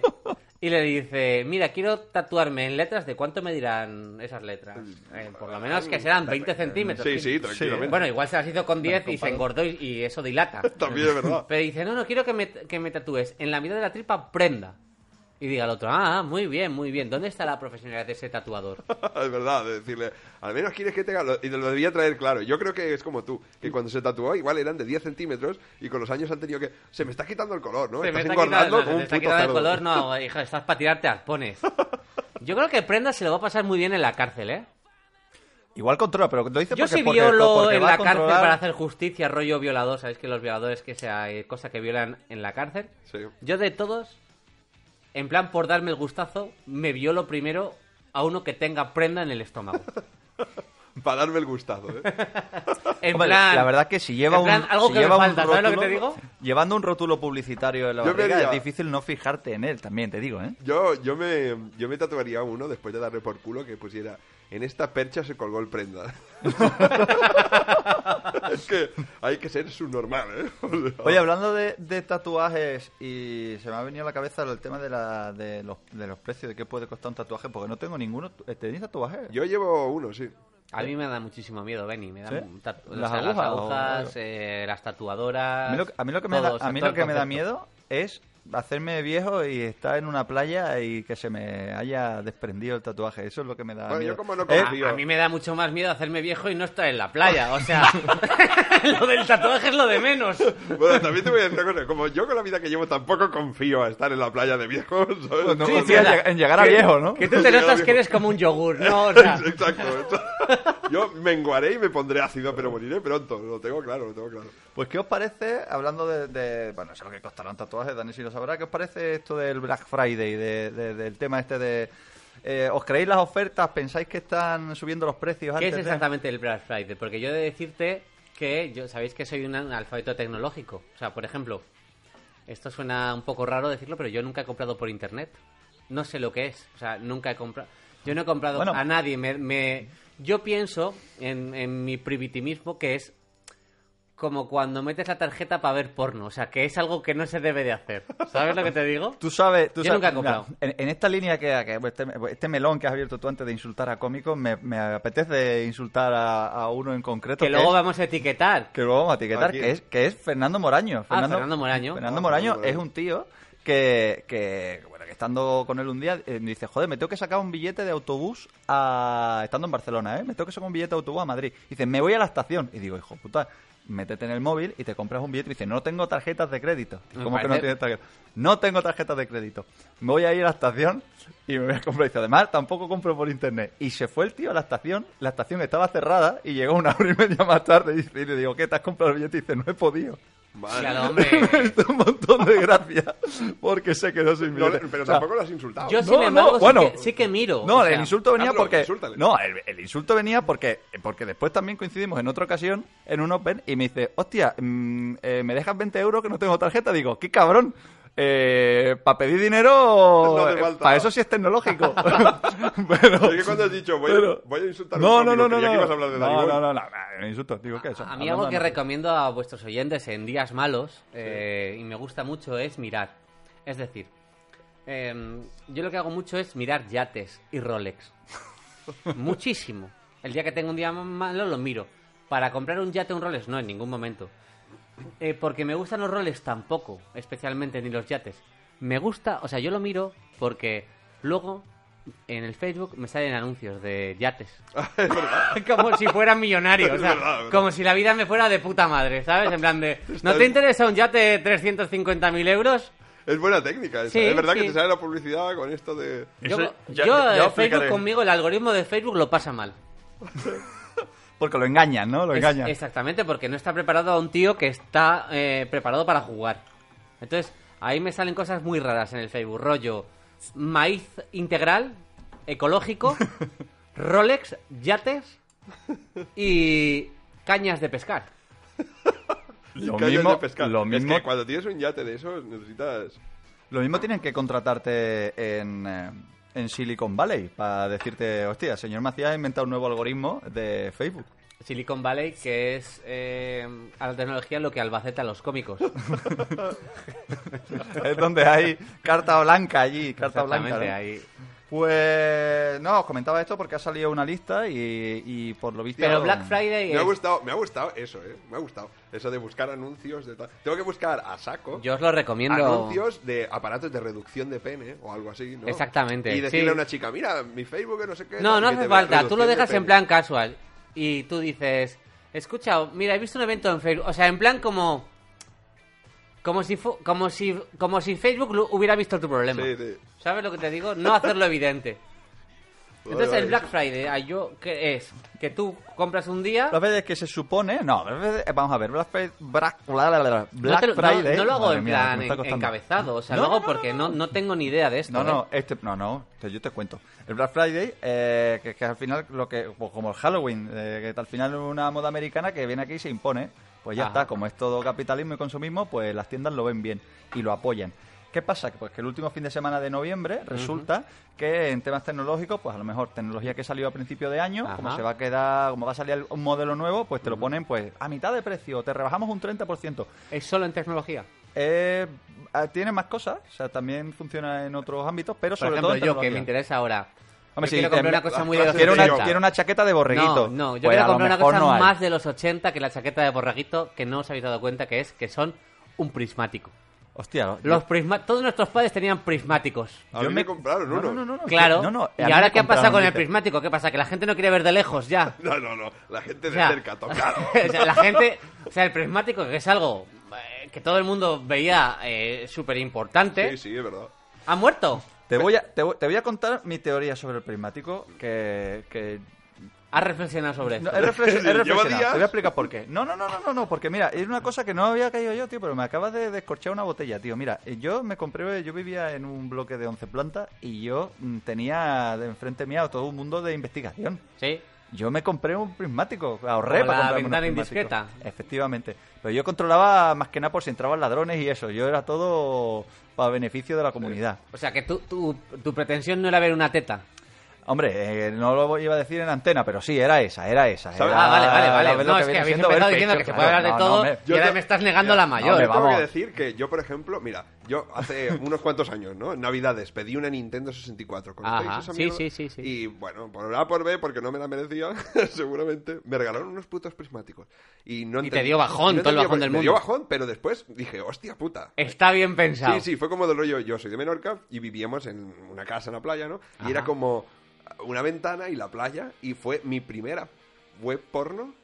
Speaker 3: y le dice, mira, quiero tatuarme en letras de cuánto me dirán esas letras. Eh, por lo menos que serán 20 centímetros.
Speaker 2: sí, sí,
Speaker 3: 15.
Speaker 2: tranquilamente.
Speaker 3: Bueno, igual se las hizo con 10 y se engordó y, y eso dilata.
Speaker 2: También es verdad.
Speaker 3: Pero dice, no, no, quiero que me, que me tatúes en la mitad de la tripa prenda. Y diga el otro, ah, muy bien, muy bien. ¿Dónde está la profesionalidad de ese tatuador?
Speaker 2: es verdad, de decirle, al menos quieres que tenga. lo- Y lo debía traer claro. Yo creo que es como tú, que cuando se tatuó, igual eran de 10 centímetros y con los años han tenido que. Se me está quitando el color, ¿no?
Speaker 3: Se
Speaker 2: Estás
Speaker 3: me está
Speaker 2: engordando
Speaker 3: quitando, no, se
Speaker 2: como
Speaker 3: te
Speaker 2: un
Speaker 3: está
Speaker 2: puto
Speaker 3: quitando el
Speaker 2: cerdo.
Speaker 3: color, no, hijo, estás para tirarte arpones. Yo creo que Prenda se lo va a pasar muy bien en la cárcel, ¿eh?
Speaker 1: Igual controla, pero lo dice
Speaker 3: Yo
Speaker 1: porque,
Speaker 3: sí
Speaker 1: porque-
Speaker 3: violo
Speaker 1: porque
Speaker 3: en
Speaker 1: va a
Speaker 3: la cárcel
Speaker 1: controlar-
Speaker 3: para hacer justicia, rollo violador, sabéis que los violadores que sea eh, cosa que violan en la cárcel.
Speaker 2: Sí.
Speaker 3: Yo de todos, en plan por darme el gustazo, me violo primero a uno que tenga prenda en el estómago.
Speaker 2: Para darme el gustazo, ¿eh?
Speaker 3: En
Speaker 1: Hombre,
Speaker 3: plan,
Speaker 1: la verdad que si lleva
Speaker 3: en plan,
Speaker 1: un
Speaker 3: algo
Speaker 1: si
Speaker 3: que me
Speaker 1: lleva un
Speaker 3: falta, ¿sabes lo que te
Speaker 1: rótulo-
Speaker 3: digo?
Speaker 1: Llevando un rótulo publicitario en la
Speaker 2: Yo me
Speaker 1: barriga
Speaker 2: haría-
Speaker 1: es difícil no fijarte en él, también te digo, ¿eh?
Speaker 2: Yo, yo, me, yo me tatuaría uno después de darle por culo que pusiera. En esta percha se colgó el prenda. es que hay que ser subnormal, ¿eh? O sea,
Speaker 1: Oye, hablando de, de tatuajes y se me ha venido a la cabeza el tema de, la, de, los, de los precios, de qué puede costar un tatuaje, porque no tengo ninguno. Eh, ¿Tenéis tatuajes?
Speaker 2: Yo llevo uno, sí.
Speaker 3: a mí me da muchísimo miedo, Benny. Me da
Speaker 1: ¿Sí?
Speaker 3: un tatu- o
Speaker 1: ¿Las
Speaker 3: sea,
Speaker 1: agujas o-
Speaker 3: agujas, eh, las tatuadoras.
Speaker 1: A mí lo, a mí lo que, me,
Speaker 3: todo, o
Speaker 1: da,
Speaker 3: sea,
Speaker 1: a mí lo
Speaker 3: todo el
Speaker 1: que me da
Speaker 3: concepto.
Speaker 1: miedo es hacerme viejo y estar en una playa y que se me haya desprendido el tatuaje. Eso es lo que me da
Speaker 2: Bueno, yo
Speaker 1: miedo.
Speaker 2: como no
Speaker 1: Eh,
Speaker 2: conocía-
Speaker 3: A, a mí me da mucho más miedo hacerme viejo y no estar en la playa. O sea, lo del tatuaje es lo de menos.
Speaker 2: Bueno, también te voy a decir una cosa. Como yo con la vida que llevo tampoco confío a estar en la playa de viejos, ¿sabes?
Speaker 1: Pues no
Speaker 3: Sí,
Speaker 1: confías
Speaker 3: sí, o sea,
Speaker 1: en lleg- en llegar a
Speaker 3: que-
Speaker 1: viejo, ¿no?
Speaker 3: Que tú te notas que eres como un yogur, ¿no? O sea,
Speaker 2: Exacto. exacto. Yo menguaré y me pondré ácido, pero moriré pronto. Lo tengo claro, lo tengo claro.
Speaker 1: Pues, ¿qué os parece, hablando de, de- bueno, sé lo que costarán tatuajes, Dani si lo sabrá, ¿qué os parece esto del Black Friday, de- de- del tema este de... eh, ¿Os creéis las ofertas? ¿Pensáis que están subiendo los precios
Speaker 3: ¿Qué
Speaker 1: antes
Speaker 3: es
Speaker 1: de-
Speaker 3: exactamente el Black Friday? Porque yo he de decirte que yo sabéis que soy un analfabeto tecnológico. O sea, por ejemplo, esto suena un poco raro decirlo, pero yo nunca he comprado por internet. No sé lo que es. O sea, nunca he comprado. Yo no he comprado
Speaker 1: Bueno.
Speaker 3: a nadie. Me, me- Yo pienso en, en mi primitivismo que es como cuando metes la tarjeta para ver porno. O sea, que es algo que no se debe de hacer. ¿Sabes lo que te digo?
Speaker 1: Tú sabes, tú
Speaker 3: Yo
Speaker 1: sabes-
Speaker 3: nunca he
Speaker 1: mira,
Speaker 3: comprado.
Speaker 1: en, en esta línea que, que este, este melón que has abierto tú antes de insultar a cómicos, me, me apetece insultar a, a uno en concreto.
Speaker 3: Que luego
Speaker 1: es-
Speaker 3: vamos a etiquetar.
Speaker 1: que lo vamos a etiquetar,
Speaker 2: Aquí.
Speaker 1: que es, que es Fernando Moraño.
Speaker 3: Ah, Fernando Moraño.
Speaker 1: Fernando
Speaker 2: Ah,
Speaker 1: Moraño
Speaker 2: Fernando
Speaker 1: es un tío que, que, bueno, que estando con él un día, eh, me dice, joder, me tengo que sacar un billete de autobús a... estando en Barcelona, ¿eh? Me tengo que sacar un billete de autobús a Madrid. dice, me voy a la estación. Y digo, hijo puta, métete en el móvil y te compras un billete. Y dice, no tengo tarjetas de crédito.
Speaker 3: Me
Speaker 1: ¿Cómo que no
Speaker 3: parece-
Speaker 1: tienes tarjeta? No tengo tarjetas de crédito. Me voy a ir a la estación y me voy a comprar. Y dice, además, tampoco compro por internet. Y se fue el tío a la estación. La estación estaba cerrada y llegó una hora y media más tarde. Y y le digo, ¿qué? ¿Te has comprado el billete? Y dice, no he podido.
Speaker 2: Madre
Speaker 3: Claro,
Speaker 2: mía.
Speaker 3: hombre.
Speaker 1: Esto es un montón de gracias porque se quedó sin
Speaker 2: No,
Speaker 1: billete.
Speaker 2: pero
Speaker 1: O sea,
Speaker 2: tampoco lo has insultado.
Speaker 3: Yo,
Speaker 1: No,
Speaker 3: sin
Speaker 1: no,
Speaker 3: embargo, sí
Speaker 1: bueno.
Speaker 3: que- sí que miro.
Speaker 1: No,
Speaker 3: o sea,
Speaker 1: el insulto venía
Speaker 2: hazlo,
Speaker 1: porque.
Speaker 2: insúltale.
Speaker 1: No, el, el insulto venía porque. Porque después también coincidimos en otra ocasión en un Open y me dice, hostia, mm, eh, ¿me dejas 20 euros que no tengo tarjeta? Digo, qué cabrón. para pedir
Speaker 2: No
Speaker 1: dinero,
Speaker 2: te falta.
Speaker 1: para eso sí es tecnológico. Pero-
Speaker 2: Es que cuando has dicho, voy, a-
Speaker 1: pero-
Speaker 2: voy a insultar a
Speaker 1: no,
Speaker 2: un
Speaker 1: no, no,
Speaker 2: cómico,
Speaker 1: no,
Speaker 2: creía
Speaker 1: no,
Speaker 2: que ibas a hablar de Dani
Speaker 1: no,
Speaker 2: Boy.
Speaker 1: no, no, no, no, insulto, digo que eso.
Speaker 3: A mí algo
Speaker 1: Hablando
Speaker 3: que
Speaker 1: de nosotros.
Speaker 3: recomiendo a vuestros oyentes en días malos, eh, y me gusta mucho, es mirar. Es decir, eh, yo lo que hago mucho es mirar yates y Rolex. Muchísimo. El día que tengo un día malo lo miro. Para comprar un yate o un Rolex, no, en ningún momento. Eh, porque me gustan los roles tampoco, especialmente ni los yates. Me gusta, o sea, yo lo miro porque luego en el Facebook me salen anuncios de yates. como si fuera millonario, o
Speaker 2: Es
Speaker 3: sea,
Speaker 2: verdad, es verdad.
Speaker 3: como si la vida me fuera de puta madre, ¿sabes? En plan de, ¿no te interesa un yate de 350.000 euros?
Speaker 2: Es buena técnica esa. ¿eh?
Speaker 3: Sí,
Speaker 2: es verdad
Speaker 3: sí.
Speaker 2: que te sale la publicidad con esto de...
Speaker 3: Yo,
Speaker 1: Eso ya-
Speaker 3: yo,
Speaker 1: ya
Speaker 3: eh,
Speaker 1: lo
Speaker 3: Facebook
Speaker 1: explicaré.
Speaker 3: conmigo, el algoritmo de Facebook lo pasa mal.
Speaker 1: Porque lo engañan, ¿no? Lo
Speaker 3: Es-
Speaker 1: engañan.
Speaker 3: exactamente, porque no está preparado a un tío que está eh, preparado para jugar. Entonces, ahí me salen cosas muy raras en el Facebook. Rollo, maíz integral, ecológico, Rolex, yates y cañas de pescar.
Speaker 2: y
Speaker 1: Lo
Speaker 2: callos
Speaker 1: mismo-
Speaker 2: de pescar.
Speaker 1: lo mismo-
Speaker 2: Es que cuando tienes un yate de esos necesitas...
Speaker 1: Lo mismo tienen que contratarte en, eh, en Silicon Valley para decirte, hostia, señor Macías ha inventado un nuevo algoritmo de Facebook.
Speaker 3: Silicon Valley, que es eh, a la tecnología lo que Albacete a los cómicos.
Speaker 1: es donde hay carta blanca allí, carta blanca.
Speaker 3: Exactamente,
Speaker 1: ¿no?
Speaker 3: ahí.
Speaker 1: Pues no, os comentaba esto porque ha salido una lista y, y por lo visto...
Speaker 3: Pero Black Friday
Speaker 2: Me ha
Speaker 3: es-
Speaker 2: gustado, me ha gustado eso, eh. Me ha gustado. Eso de buscar anuncios de tal. Tengo que buscar a saco.
Speaker 3: Yo os lo recomiendo.
Speaker 2: Anuncios de aparatos de reducción de pene o algo así, ¿no?
Speaker 3: Exactamente,
Speaker 2: Y decirle
Speaker 3: sí.
Speaker 2: a una chica, mira, mi Facebook es no sé qué.
Speaker 3: No,
Speaker 2: sé
Speaker 3: no
Speaker 2: qué,
Speaker 3: hace
Speaker 2: te-
Speaker 3: falta. Tú
Speaker 2: reducción
Speaker 3: lo
Speaker 2: de
Speaker 3: dejas en
Speaker 2: pene.
Speaker 3: plan casual. Y tú dices, escucha, mira, he visto un evento en Facebook. O sea, en plan como. Como si, fu- como si, como si Facebook lo- hubiera visto tu problema.
Speaker 2: Sí, sí.
Speaker 3: ¿Sabes lo que te digo? No hacerlo evidente.
Speaker 2: Vale,
Speaker 3: Entonces,
Speaker 2: vale.
Speaker 3: el Black Friday, ah, yo, ¿qué es? Que tú compras un día.
Speaker 1: Black Friday es que se supone... No, Black Friday- eh, vamos a ver, Black Friday... Black, bla, bla, bla,
Speaker 3: no,
Speaker 1: Black
Speaker 3: te lo- no-
Speaker 1: Friday...
Speaker 3: no lo hago
Speaker 1: Madre
Speaker 3: en
Speaker 1: mía,
Speaker 3: plan
Speaker 1: me está
Speaker 3: en-
Speaker 1: costando.
Speaker 3: encabezado. O sea,
Speaker 1: No,
Speaker 3: lo hago
Speaker 1: no, no,
Speaker 3: porque no, no tengo ni idea de esto.
Speaker 1: No, no,
Speaker 3: ¿eh?
Speaker 1: este, no, no, te- yo te cuento. El Black Friday, eh, que, que al final, lo que pues como el Halloween, eh, que al final es una moda americana que viene aquí y se impone, pues ya
Speaker 3: Ajá.
Speaker 1: está, como es todo capitalismo y consumismo, pues las tiendas lo ven bien y lo apoyan. ¿Qué pasa? Que, Pues que el último fin de semana de noviembre resulta que en temas tecnológicos, pues a lo mejor tecnología que salió a principio de año,
Speaker 3: Ajá.
Speaker 1: como se va a quedar, como va a salir un modelo nuevo, pues te lo ponen pues a mitad de precio, te rebajamos un 30%.
Speaker 3: Es solo en tecnología.
Speaker 1: Eh, ah, tiene más cosas, o sea, también funciona en otros ámbitos, pero
Speaker 3: Por
Speaker 1: sobre
Speaker 3: ejemplo,
Speaker 1: todo. en
Speaker 3: yo, que
Speaker 1: tecnología.
Speaker 3: me interesa ahora.
Speaker 1: Hombre,
Speaker 3: yo
Speaker 1: sí,
Speaker 3: quiero
Speaker 1: te-
Speaker 3: comprar una cosa muy de los
Speaker 1: ah, quiero una,
Speaker 3: 80.
Speaker 1: quiero una chaqueta de borreguito.
Speaker 3: No, no, yo
Speaker 1: Pues a
Speaker 3: quiero
Speaker 1: lo
Speaker 3: comprar una
Speaker 1: mejor
Speaker 3: cosa
Speaker 1: no hay.
Speaker 3: más de los 80 que la chaqueta de borraguito que no os habéis dado cuenta que es que son un prismático.
Speaker 1: Hostia, yo-
Speaker 3: Los prisma- Todos nuestros padres tenían prismáticos.
Speaker 2: A mí me compraron
Speaker 1: No,
Speaker 2: uno.
Speaker 1: No, no, no, no,
Speaker 3: Claro.
Speaker 1: yo- no, no, a
Speaker 3: y
Speaker 1: mí
Speaker 3: ahora
Speaker 1: me
Speaker 3: qué ha pasado
Speaker 1: compraron,
Speaker 3: con el
Speaker 1: dice.
Speaker 3: prismático? ¿Qué pasa? Que la gente no quiere ver de lejos ya.
Speaker 2: No, no, no. La gente
Speaker 3: O
Speaker 2: de
Speaker 3: sea,
Speaker 2: cerca, tocar.
Speaker 3: o sea, la gente, o sea, el prismático que es algo eh, que todo el mundo veía eh, súper importante,
Speaker 2: Sí, sí, es verdad.
Speaker 3: ha muerto,
Speaker 1: Te voy, a, te, voy, te voy a contar mi teoría sobre el prismático que. que
Speaker 3: ha reflexionado sobre
Speaker 1: no,
Speaker 3: esto.
Speaker 1: he reflexi- he
Speaker 2: Lleva
Speaker 1: reflexionado,
Speaker 2: días.
Speaker 1: Te voy a explicar por qué. No, no, no, no, no, no, porque mira, es una cosa que no había caído yo, tío, pero me acabas de descorchar una botella, tío. Mira, eh, yo me compré, yo vivía en un bloque de 11 plantas y yo mm, tenía de enfrente mía todo un mundo de investigación.
Speaker 3: Sí.
Speaker 1: Yo me compré un prismático, ahorré
Speaker 3: Como
Speaker 1: para
Speaker 3: la
Speaker 1: comprarme unos
Speaker 3: ventana
Speaker 1: prismáticos.
Speaker 3: indiscreta.
Speaker 1: Efectivamente. Pero yo controlaba más que nada por si entraban ladrones y eso. Yo era todo para beneficio de la comunidad.
Speaker 3: O sea, que tu, tu, tu pretensión no era ver una teta.
Speaker 1: Hombre, eh, no lo iba a decir en antena, pero sí, era esa, era esa.
Speaker 2: ¿Sabes?
Speaker 1: era-
Speaker 3: Ah, vale, vale,
Speaker 1: era
Speaker 3: vale.
Speaker 1: ver
Speaker 3: No,
Speaker 1: lo
Speaker 3: es que
Speaker 1: viene
Speaker 3: habéis
Speaker 1: siendo ver
Speaker 3: empezado
Speaker 1: el
Speaker 3: diciendo que
Speaker 1: pecho,
Speaker 3: se puede hablar de
Speaker 1: claro. No,
Speaker 3: todo
Speaker 1: no, me-
Speaker 3: y ahora
Speaker 2: yo-
Speaker 3: me estás negando
Speaker 2: yo-
Speaker 3: la
Speaker 2: Yo
Speaker 1: hombre,
Speaker 3: mayor.
Speaker 2: tengo
Speaker 1: vamos.
Speaker 2: que decir que yo, por ejemplo, mira, yo hace unos cuantos años, ¿no? En Navidades pedí una Nintendo 64. ¿Conocéis
Speaker 3: Ajá,
Speaker 2: esa
Speaker 3: sí,
Speaker 2: mierda?
Speaker 3: sí, sí, sí.
Speaker 2: Y bueno, por A por B, porque no me la merecía, seguramente, me regalaron unos putos prismáticos. Y no
Speaker 3: Y te
Speaker 2: entendí-
Speaker 3: dio bajón,
Speaker 2: no
Speaker 3: todo el
Speaker 2: entendí
Speaker 3: bajón
Speaker 2: por-
Speaker 3: del
Speaker 2: Me dio
Speaker 3: mundo.
Speaker 2: bajón, pero después dije, hostia puta.
Speaker 3: Está bien pensado.
Speaker 2: Sí, sí, fue como del rollo, yo soy de Menorca y vivíamos en una casa en la playa, ¿no? Y
Speaker 3: Ajá.
Speaker 2: era como una ventana y la playa y fue mi primera web porno.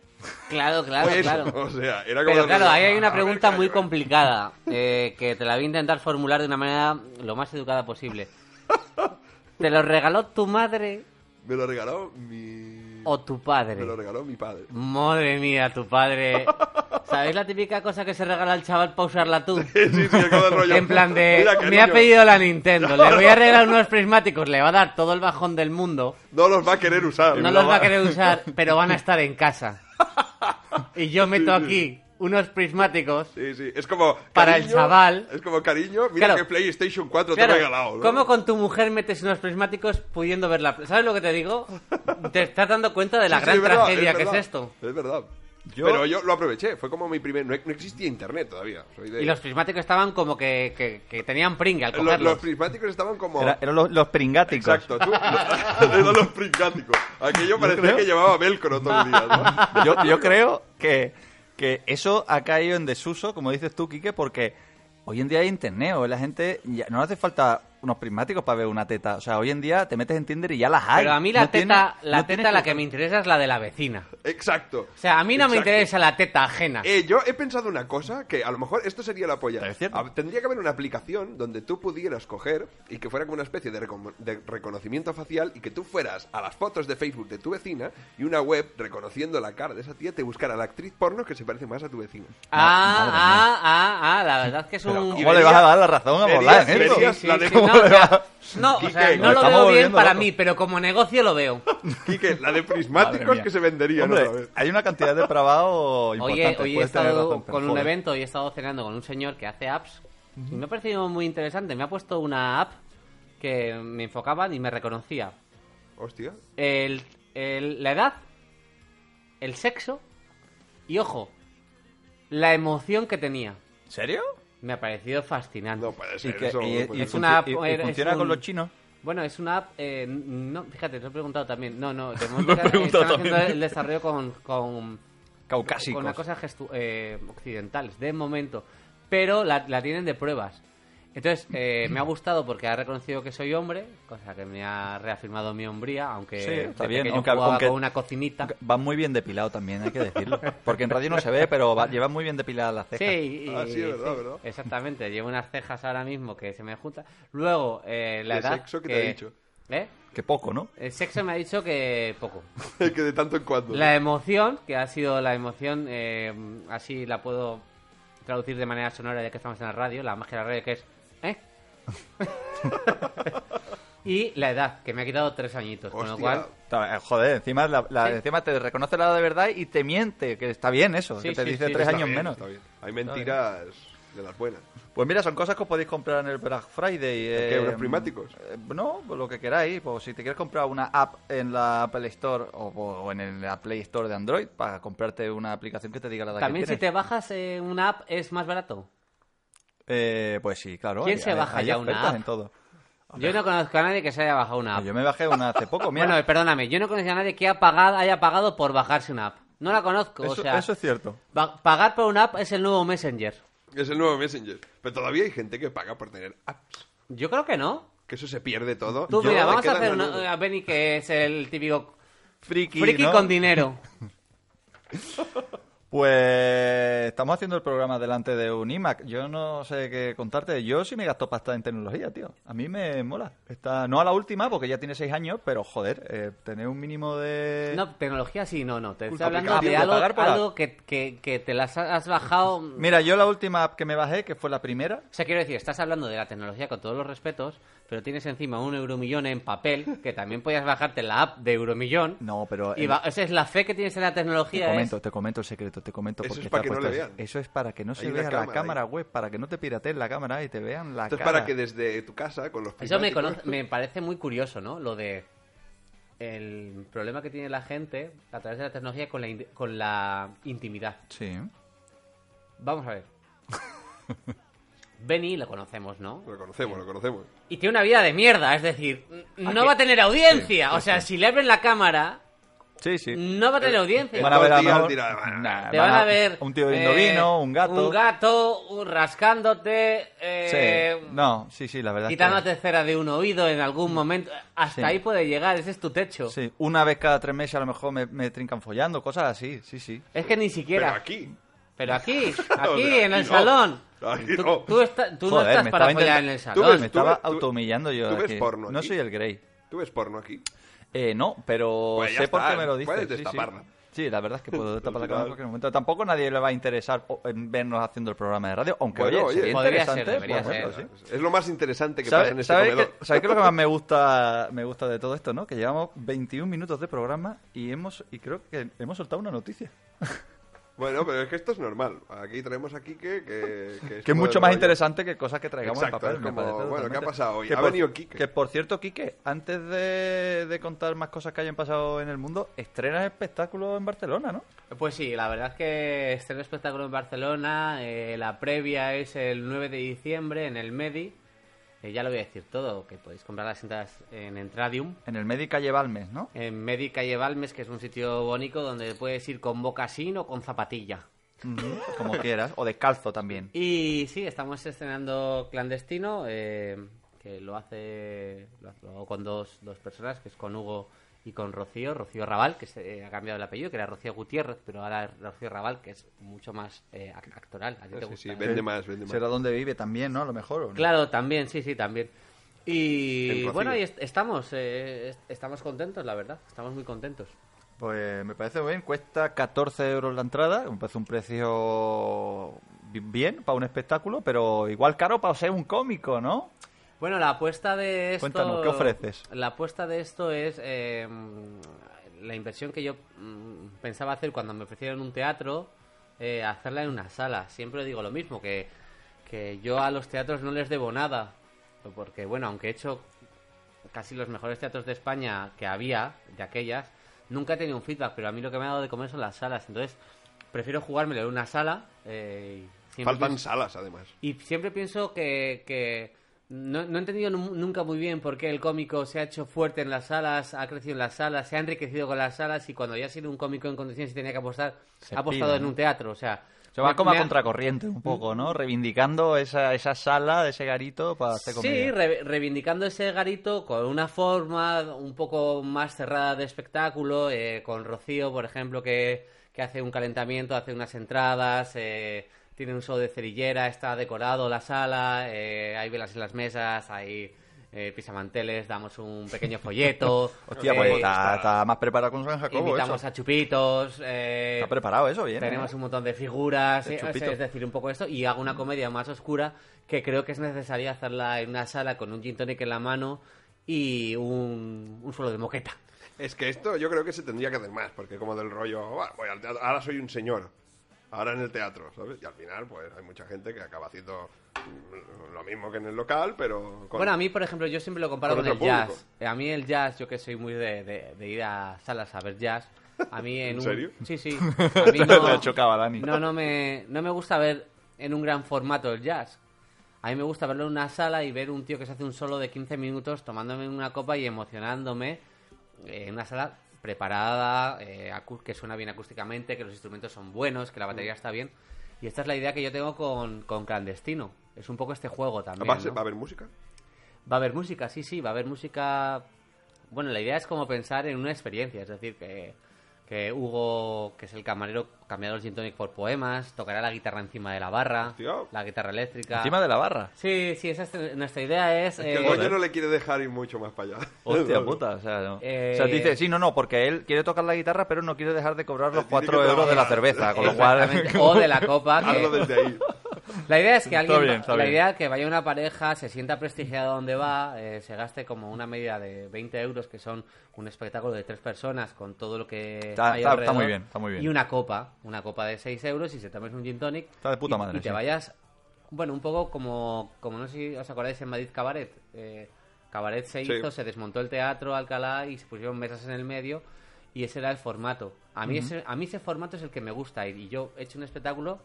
Speaker 3: Claro, claro,
Speaker 2: Fue eso,
Speaker 3: claro.
Speaker 2: O sea, era como...
Speaker 3: Pero
Speaker 2: del
Speaker 3: claro,
Speaker 2: rollo,
Speaker 3: ahí hay
Speaker 2: "Ah,
Speaker 3: una
Speaker 2: a ver,
Speaker 3: pregunta muy
Speaker 2: callo, eh".
Speaker 3: complicada eh, que te la voy a intentar formular de una manera lo más educada posible. ¿Te lo regaló tu madre
Speaker 2: Me lo regaló mi...
Speaker 3: o tu
Speaker 2: Me
Speaker 3: padre?
Speaker 2: lo regaló mi padre.
Speaker 3: Mm. Madre mía, tu padre. ¿Sabéis la típica cosa que se regala al chaval para usarla tú?
Speaker 2: Sí, sí, es como del rollo.
Speaker 3: En plan de,
Speaker 2: Mira,
Speaker 3: me ha
Speaker 2: cariño,
Speaker 3: pedido la Nintendo, le voy a regalar unos prismáticos, le va a dar todo el bajón del mundo,
Speaker 2: No los va a querer usar.
Speaker 3: no los va a querer usar, pero van a estar en casa. Y yo meto aquí unos prismáticos.
Speaker 2: Sí, sí. Es como...
Speaker 3: Para el
Speaker 2: cariño,
Speaker 3: chaval.
Speaker 2: Es como, cariño, mira
Speaker 3: Claro.
Speaker 2: que PlayStation 4
Speaker 3: Claro,
Speaker 2: te he regalado. ¿no?
Speaker 3: ¿Cómo con tu mujer metes unos prismáticos pudiendo ver la... pla- ¿Sabes lo que te digo? Te estás dando cuenta de la
Speaker 2: Sí, sí,
Speaker 3: gran
Speaker 2: es verdad,
Speaker 3: tragedia que
Speaker 2: verdad,
Speaker 3: es esto.
Speaker 2: Es verdad.
Speaker 1: Yo-
Speaker 2: Pero yo lo aproveché. Fue como mi primer... No, no existía internet todavía. Soy de-
Speaker 3: Y los prismáticos estaban como que, que- que tenían pringue al
Speaker 2: Los- los,
Speaker 3: cogerlos.
Speaker 2: prismáticos estaban como...
Speaker 1: Era- eran los, los pringáticos.
Speaker 2: Exacto, tú. Eran los prismáticos. Aquello parecía
Speaker 1: creo-
Speaker 2: que llevaba velcro todo el día, ¿no?
Speaker 1: Yo, yo creo que, que eso ha caído en desuso, como dices tú, Quique, porque hoy en día hay internet, o la gente ya, no hace falta unos prismáticos para ver una teta. O sea, hoy en día te metes en Tinder y ya las hay.
Speaker 3: Pero a mí la
Speaker 1: No tiene-
Speaker 3: teta, la,
Speaker 1: no tienes
Speaker 3: teta la
Speaker 1: que-
Speaker 3: que me interesa es la de la vecina.
Speaker 2: Exacto.
Speaker 3: O sea, a mí no me
Speaker 2: Exacto.
Speaker 3: interesa la teta
Speaker 1: Ah.
Speaker 3: ajena.
Speaker 2: Eh, yo he pensado una cosa que a lo mejor esto sería la polla.
Speaker 1: Es cierto.
Speaker 2: Ah, Tendría que haber una aplicación donde tú pudieras coger y que fuera como una especie de, recom- de reconocimiento facial y que tú fueras a las fotos de Facebook de tu vecina y una web reconociendo la cara de esa tía te buscara la actriz porno que se parece más a tu vecina.
Speaker 3: Ah,
Speaker 1: madre
Speaker 3: ah, ah, ah, la verdad es que es
Speaker 1: Pero
Speaker 3: un...
Speaker 1: ¿Cómo le vas a dar la razón a
Speaker 2: Verías-
Speaker 1: Molan, eh?
Speaker 2: verías
Speaker 1: tío?
Speaker 2: la de-
Speaker 3: no,
Speaker 1: ¿Cómo le
Speaker 3: o sea,
Speaker 1: va?
Speaker 3: no, o sea,
Speaker 2: Quique,
Speaker 3: no lo
Speaker 1: estamos
Speaker 3: veo bien
Speaker 1: volviendo
Speaker 3: para
Speaker 1: locos.
Speaker 3: mí, pero como negocio lo veo.
Speaker 2: Quique, la
Speaker 1: Madre
Speaker 2: de prismáticos
Speaker 1: mía.
Speaker 2: que se venderían
Speaker 1: Hombre,
Speaker 2: otra vez.
Speaker 1: hay una cantidad de depravado
Speaker 3: Oye,
Speaker 1: importante.
Speaker 3: hoy he
Speaker 1: puedes tener
Speaker 3: estado
Speaker 1: razón, pero
Speaker 3: con un
Speaker 1: joder.
Speaker 3: evento y he estado cenando con un señor que hace apps. Y me ha parecido muy interesante. Me ha puesto una app que me enfocaban y me reconocía.
Speaker 2: Hostia.
Speaker 3: El, el- la edad, el sexo y, ojo, la emoción que tenía.
Speaker 1: ¿En serio?
Speaker 3: Me ha parecido fascinante.
Speaker 2: No pues, puede
Speaker 1: Y
Speaker 2: ser.
Speaker 1: que-
Speaker 2: eso,
Speaker 1: y-
Speaker 2: no
Speaker 1: y
Speaker 2: puede
Speaker 3: Es
Speaker 2: ser.
Speaker 3: una-
Speaker 1: funci- y- y
Speaker 3: es
Speaker 1: funciona
Speaker 3: un-
Speaker 1: con los chinos.
Speaker 3: Bueno, es una app. eh, no, fíjate, lo he preguntado también. No, no, de
Speaker 1: Lo he
Speaker 3: momento que
Speaker 1: preguntado
Speaker 3: están haciendo
Speaker 1: también.
Speaker 3: el desarrollo con- con
Speaker 1: Caucásicos.
Speaker 3: Con una cosa gestu- eh, occidentales, de momento. Pero la, la tienen de pruebas. Entonces, eh, me ha gustado porque ha reconocido que soy hombre, cosa que me ha reafirmado mi hombría, aunque
Speaker 1: Sí, está
Speaker 3: de
Speaker 1: bien,
Speaker 3: pequeño
Speaker 1: aunque-
Speaker 3: jugaba
Speaker 1: aunque-
Speaker 3: con una cocinita.
Speaker 1: Va muy bien depilado también, hay que decirlo. Porque en radio no se ve, pero va, lleva muy bien depiladas las cejas.
Speaker 3: Sí, y-
Speaker 2: Ah, sí, verdad, verdad.
Speaker 3: exactamente. Llevo unas cejas ahora mismo que se me juntan. Luego, eh, la
Speaker 2: ¿Qué
Speaker 3: edad...
Speaker 2: sexo que te ha dicho?
Speaker 3: ¿Eh?
Speaker 1: Que poco, ¿no?
Speaker 3: El sexo me ha dicho que poco.
Speaker 2: que de tanto en cuando.
Speaker 3: La emoción, que ha sido la emoción, eh, así la puedo traducir de manera sonora ya que estamos en la radio, la magia de la radio que es... ¿eh? y la edad, que me ha quitado tres añitos, con lo
Speaker 2: Hostia.
Speaker 3: cual...
Speaker 1: Ta- eh, Joder, encima, la- la-
Speaker 3: Sí.
Speaker 1: encima te reconoce la edad de verdad y te miente, que está bien eso,
Speaker 3: Sí,
Speaker 1: que te
Speaker 3: sí,
Speaker 1: dice
Speaker 3: sí,
Speaker 1: tres
Speaker 3: está
Speaker 1: años
Speaker 2: Bien,
Speaker 1: menos.
Speaker 2: está bien. Hay mentiras de las buenas.
Speaker 1: Pues mira, son cosas que os podéis comprar en el Black Friday.
Speaker 2: ¿El qué, unos primáticos?
Speaker 1: eh, no, pues lo que queráis. Pues si te quieres comprar una app en la Apple Store o, o en la Play Store de Android para comprarte una aplicación que te diga la edad
Speaker 3: También
Speaker 1: que
Speaker 3: si te
Speaker 1: tienes.
Speaker 3: bajas eh, una app es más barato.
Speaker 1: Eh, pues sí, claro.
Speaker 3: ¿Quién
Speaker 1: hay-
Speaker 3: se
Speaker 1: hay-
Speaker 3: baja
Speaker 1: hay
Speaker 3: ya una
Speaker 1: ofertas
Speaker 3: app?
Speaker 1: en todo.
Speaker 3: Yo no conozco a nadie que se haya bajado una app.
Speaker 1: Yo me bajé una hace poco, mira.
Speaker 3: Bueno, eh, perdóname, yo no conozco a nadie que ha pagado, haya pagado por bajarse una app. No la conozco,
Speaker 1: eso,
Speaker 3: o sea...
Speaker 1: eso es cierto.
Speaker 3: ba- Pagar por una app es el nuevo Messenger.
Speaker 2: Es el nuevo Messenger. Pero todavía hay gente que paga por tener apps.
Speaker 3: Yo creo que no.
Speaker 2: Que eso se pierde todo.
Speaker 3: Tú,
Speaker 2: Yo
Speaker 3: mira,
Speaker 2: me
Speaker 3: vamos
Speaker 2: quedo
Speaker 3: a
Speaker 2: en
Speaker 3: hacer
Speaker 2: la
Speaker 3: una-
Speaker 2: nube.
Speaker 3: a Benny, que es el típico
Speaker 1: Friki,
Speaker 3: friki
Speaker 1: ¿no?
Speaker 3: con dinero.
Speaker 1: Pues estamos haciendo el programa delante de un iMac. Yo no sé qué contarte. Yo sí me gasto pasta en tecnología, tío. A mí me mola. Está, no a la última, porque ya tiene seis años, pero joder, eh, tener un mínimo de...
Speaker 3: No, tecnología sí, no, no. Te estoy
Speaker 2: Justo,
Speaker 3: hablando
Speaker 1: aplicación
Speaker 3: de
Speaker 1: Eh. de
Speaker 3: algo,
Speaker 1: pagar por
Speaker 3: algo que, que- que te las has bajado.
Speaker 1: Mira, yo la última app que me bajé, que fue la primera...
Speaker 3: O sea, quiero decir, estás hablando de la tecnología con todos los respetos, pero tienes encima un euromillón en papel, que también podías bajarte la app de euromillón.
Speaker 1: No, pero...
Speaker 3: Y
Speaker 1: eh,
Speaker 3: va- esa es la fe que tienes en la
Speaker 1: Te
Speaker 3: tecnología. es-
Speaker 1: comento, te comento el secreto, te comento
Speaker 2: Eso
Speaker 1: porque
Speaker 2: es para
Speaker 1: está
Speaker 2: que no le
Speaker 1: puesto
Speaker 2: vean.
Speaker 1: así. Eso es para que no
Speaker 2: Hay
Speaker 1: se
Speaker 2: una
Speaker 1: vea
Speaker 2: cámara
Speaker 1: la
Speaker 2: ahí.
Speaker 1: cámara web, para que no te pirateen la cámara y te vean la
Speaker 2: Esto es
Speaker 1: cara.
Speaker 2: para que desde tu casa, con los
Speaker 3: Eso me,
Speaker 2: prismáticos-
Speaker 3: conoce- me parece muy curioso, ¿no? Lo de el problema que tiene la gente a través de la tecnología con la, in- con la intimidad.
Speaker 1: Sí.
Speaker 3: Vamos a ver. Benny lo conocemos, ¿no?
Speaker 2: Lo conocemos, lo conocemos.
Speaker 3: Y tiene una vida de mierda, es decir, n-
Speaker 1: Ah,
Speaker 3: no va a tener audiencia. o sea, si le abren la cámara,
Speaker 1: Sí, sí.
Speaker 3: no va a tener audiencia.
Speaker 1: Eh, Van a ver a
Speaker 2: Dos días
Speaker 1: mejor-
Speaker 2: tirada, bah.
Speaker 1: Nah,
Speaker 3: Mm, Te van a ver.
Speaker 1: Un tío bebiendo
Speaker 3: eh,
Speaker 1: vino, un gato.
Speaker 3: Un gato, un- rascándote. eh,
Speaker 1: Sí. No, sí, sí, la verdad. es que-
Speaker 3: Quitándote cera de un oído en algún momento. Hasta
Speaker 1: Sí.
Speaker 3: ahí puede llegar, ese es tu techo.
Speaker 1: Sí, una vez cada tres meses a lo mejor me, me trincan follando, cosas así, sí, sí.
Speaker 3: Es que ni
Speaker 2: Pero
Speaker 3: siquiera.
Speaker 2: aquí.
Speaker 3: Pero aquí, aquí,
Speaker 2: aquí
Speaker 3: en el
Speaker 2: no.
Speaker 3: salón.
Speaker 2: Aquí
Speaker 3: tú
Speaker 2: no.
Speaker 3: tú está- tú no
Speaker 1: Joder,
Speaker 3: estás
Speaker 1: me
Speaker 3: para
Speaker 1: estaba
Speaker 3: follar
Speaker 1: intentando-
Speaker 3: en el
Speaker 2: Tú
Speaker 3: salón.
Speaker 2: ves-
Speaker 1: me estaba
Speaker 2: ves- tú-
Speaker 1: autohumillando yo
Speaker 2: tú ves
Speaker 1: aquí.
Speaker 2: porno
Speaker 1: no
Speaker 2: aquí?
Speaker 1: soy el Grey.
Speaker 2: ¿Tú ves porno aquí?
Speaker 1: Eh, no, pero
Speaker 2: Pues ya
Speaker 1: sé por
Speaker 2: está,
Speaker 1: qué me lo dices.
Speaker 2: puedes
Speaker 1: sí, sí.
Speaker 2: destaparla.
Speaker 1: Sí, la verdad es que puedo destapar la cámara en
Speaker 2: Total.
Speaker 1: cualquier momento. Tampoco a nadie le va a interesar o- en vernos haciendo el programa de radio, aunque
Speaker 2: Bueno,
Speaker 1: oye,
Speaker 2: oye.
Speaker 1: sería
Speaker 3: Podría
Speaker 1: interesante.
Speaker 3: ser, debería
Speaker 1: por ejemplo,
Speaker 3: ser.
Speaker 1: sí.
Speaker 2: Es lo más interesante que pasa en
Speaker 1: ¿Sabes
Speaker 2: este
Speaker 1: sabes
Speaker 2: comedor.
Speaker 1: que, sabes qué es lo que más me gusta me gusta de todo esto, no? Que llevamos 21 minutos de programa y hemos y creo que hemos soltado una noticia.
Speaker 2: Bueno, pero es que esto es normal. Aquí traemos a Quique que... Que,
Speaker 1: Que es
Speaker 2: como
Speaker 1: mucho
Speaker 2: del
Speaker 1: más
Speaker 2: rollo.
Speaker 1: interesante que cosas que traigamos
Speaker 2: Exacto,
Speaker 1: en papel.
Speaker 2: es
Speaker 1: me
Speaker 2: como,
Speaker 1: parece
Speaker 2: bueno, ¿qué
Speaker 1: totalmente.
Speaker 2: ha pasado hoy?
Speaker 1: Que
Speaker 2: Ha venido Quique.
Speaker 1: Que por cierto, Quique, antes de, de contar más cosas que hayan pasado en el mundo, estrenas espectáculo en Barcelona, ¿no?
Speaker 3: Pues sí, la verdad es que estreno espectáculo en Barcelona. eh, la previa es el 9 de diciembre en el Medi. Eh, ya lo voy a decir todo, que podéis comprar las entradas en Entradium.
Speaker 1: En el Medi Calle Balmes, ¿no?
Speaker 3: En Medi Calle Balmes, que es un sitio bonito donde puedes ir con mocasín o con zapatilla.
Speaker 1: Ujú, Como quieras, o descalzo también.
Speaker 3: Y sí, estamos estrenando Clandestino, eh, que lo hace lo hace- lo hago con dos, dos personas, que es con Hugo y con Rocío, Rocío Raval, que se eh, ha cambiado el apellido, que era Rocío Gutiérrez, pero ahora es Rocío Raval, que es mucho más eh, ac- actoral. ¿A ti te
Speaker 2: Sí,
Speaker 3: gusta?
Speaker 2: sí, vende más, vende más.
Speaker 1: Será donde vive también, ¿no? A lo mejor. ¿o no?
Speaker 3: Claro, también, sí, sí, también.
Speaker 2: El
Speaker 3: Y
Speaker 2: Rocío.
Speaker 3: bueno, ahí est- estamos, eh, est- estamos contentos, la verdad, estamos muy contentos.
Speaker 1: Pues me parece bien, cuesta 14 euros la entrada, me parece un precio bi- bien para un espectáculo, pero igual caro para ser un cómico, ¿no?
Speaker 3: Bueno, la apuesta de esto.
Speaker 1: Cuéntanos, ¿qué ofreces?
Speaker 3: La apuesta de esto es eh, la inversión que yo mm, pensaba hacer cuando me ofrecieron un teatro, eh, hacerla en una sala. Siempre digo lo mismo, que, que yo a los teatros no les debo nada. Porque, bueno, aunque he hecho casi los mejores teatros de España que había, de aquellas, nunca he tenido un feedback, pero a mí lo que me ha dado de comer son las salas. Entonces, prefiero jugármelo en una sala. eh, y siempre
Speaker 2: Faltan
Speaker 3: pienso-
Speaker 2: salas, además.
Speaker 3: y siempre pienso que, que no, no he entendido nu- nunca muy bien por qué el cómico se ha hecho fuerte en las salas, ha crecido en las salas, se ha enriquecido con las salas y cuando ya ha sido un cómico en condiciones y tenía que apostar,
Speaker 1: Se
Speaker 3: ha apostado
Speaker 1: pira,
Speaker 3: en
Speaker 1: ¿no?
Speaker 3: un teatro. O sea,
Speaker 1: Se va
Speaker 3: me-
Speaker 1: como a
Speaker 3: me ha-
Speaker 1: contracorriente un poco, ¿no? Reivindicando esa, esa sala de ese garito para hacer
Speaker 3: Sí,
Speaker 1: comedia.
Speaker 3: re- reivindicando ese garito con una forma un poco más cerrada de espectáculo, eh, con Rocío, por ejemplo, que, que hace un calentamiento, hace unas entradas, eh, tiene un show de cerillera, está decorado la sala, eh, hay velas en las mesas, hay eh, pisamanteles, damos un pequeño folleto.
Speaker 1: Hostia, pues
Speaker 3: eh,
Speaker 1: está, está más preparado con San Jacobo. Eso.
Speaker 3: Invitamos a Chupitos. eh,
Speaker 1: Está preparado eso, bien.
Speaker 3: tenemos
Speaker 1: ¿eh?
Speaker 3: un montón de figuras,
Speaker 1: De
Speaker 3: eh, o sea,
Speaker 1: chupito. Mm.
Speaker 3: es decir, un poco esto, y hago una comedia más oscura que creo que es necesaria hacerla en una sala con un gin tonic en la mano y un, un suelo de moqueta.
Speaker 2: Es que esto yo creo que se tendría que hacer más, porque como del rollo, "Buah, voy al teatro, ahora soy un señor, ahora en el teatro, ¿sabes? Y al final, pues hay mucha gente que acaba haciendo mm, lo mismo que en el local, pero... con-
Speaker 3: Bueno, a mí, por ejemplo, yo siempre lo comparo
Speaker 2: con
Speaker 3: con, el
Speaker 2: otro público.
Speaker 3: jazz. Eh, A mí el jazz, yo que soy muy de, de- de ir a salas a ver jazz, a mí en,
Speaker 2: ¿En
Speaker 3: un-
Speaker 2: serio?
Speaker 3: Sí, sí. A mí no,
Speaker 1: Te ha chocado, Dani.
Speaker 3: No, no me, no me gusta ver en un gran formato el jazz. A mí me gusta verlo en una sala y ver un tío que se hace un solo de 15 minutos tomándome una copa y emocionándome eh, en una sala preparada, eh, acú- que suena bien acústicamente, que los instrumentos son buenos, que la
Speaker 2: Mm.
Speaker 3: batería está bien. Y esta es la idea que yo tengo con, con Clandestino. Es un poco este juego también.
Speaker 2: ¿Va a, ser-
Speaker 3: ¿no? Eh,
Speaker 2: va a haber música?
Speaker 3: Va a haber música, sí, sí, va a haber música. Bueno, la idea es como pensar en una experiencia, es decir, que, que Hugo, que es el camarero, cambiará los gin tonic por poemas, tocará la guitarra encima de la barra,
Speaker 2: Hostia.
Speaker 3: la guitarra eléctrica.
Speaker 1: Encima de la barra.
Speaker 3: Sí, sí, esa es nuestra idea es.
Speaker 2: Que el
Speaker 3: eh,
Speaker 2: dueño no le quiere dejar ir mucho más para allá.
Speaker 1: Hostia puta, o sea, no.
Speaker 3: Eh,
Speaker 1: o sea, dice, sí, no, no, porque él quiere tocar la guitarra, pero no quiere dejar de cobrar los
Speaker 2: Tiene
Speaker 1: 4
Speaker 2: que
Speaker 1: euros de la
Speaker 2: trabajar.
Speaker 1: cerveza, con lo cual...
Speaker 3: exactamente, O de la copa. que-
Speaker 2: Hazlo desde ahí.
Speaker 3: La idea es que
Speaker 1: Está
Speaker 3: alguien,
Speaker 1: bien, está
Speaker 3: la
Speaker 1: bien.
Speaker 3: idea es que vaya una pareja, se sienta prestigiada donde va, eh, se gaste como una media de 20 euros, que son un espectáculo de tres personas con todo lo que
Speaker 1: Está-
Speaker 3: hay
Speaker 1: está- está
Speaker 3: alrededor,
Speaker 1: muy bien, está muy bien.
Speaker 3: Y una copa, una copa de 6 euros y se tomes un gin tonic.
Speaker 1: Está de puta
Speaker 3: y-
Speaker 1: madre,
Speaker 3: Y te
Speaker 1: sí.
Speaker 3: vayas, bueno, un poco como, como no sé si os acordáis en Madrid Cabaret, eh, Cabaret se
Speaker 2: Sí.
Speaker 3: hizo, se desmontó el teatro Alcalá y se pusieron mesas en el medio y ese era el formato. A mí, ese, a mí ese formato es el que me gusta ir y yo he hecho un espectáculo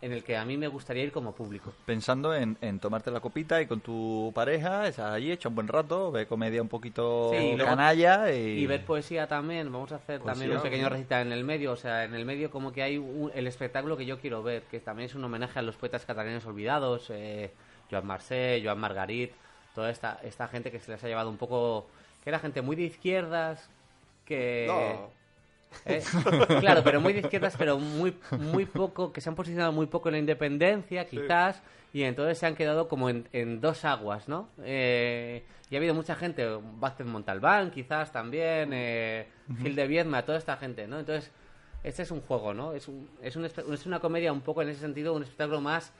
Speaker 3: en el que a mí me gustaría ir como público.
Speaker 1: Pensando en, en tomarte la copita y con tu pareja, estás allí, echa un buen rato, ve comedia un poquito
Speaker 3: Sí, y luego-
Speaker 1: canalla y...
Speaker 3: Y ver pues poesía también, vamos a hacer también
Speaker 1: Poesía,
Speaker 3: un pequeño
Speaker 1: ¿no?
Speaker 3: recital en el medio, o sea, en el medio como que hay un- el espectáculo que yo quiero ver, que también es un homenaje a los poetas catalanes olvidados, eh, Joan Marcé, Joan Margarit, toda esta, esta gente que se les ha llevado un poco, que era gente muy de izquierdas, que...
Speaker 2: No.
Speaker 3: ¿eh? Claro, pero muy de izquierdas, pero muy, muy poco, que se han posicionado muy poco en la independencia, quizás, y entonces se han quedado como en, en dos aguas, ¿no? Eh, y ha habido mucha gente, Vázquez Montalbán, quizás también, eh, Gil de Viedma, toda esta gente, ¿no? Entonces, este es un juego, ¿no? Es, un- es, un espe- es una comedia un poco en ese sentido, un espectáculo más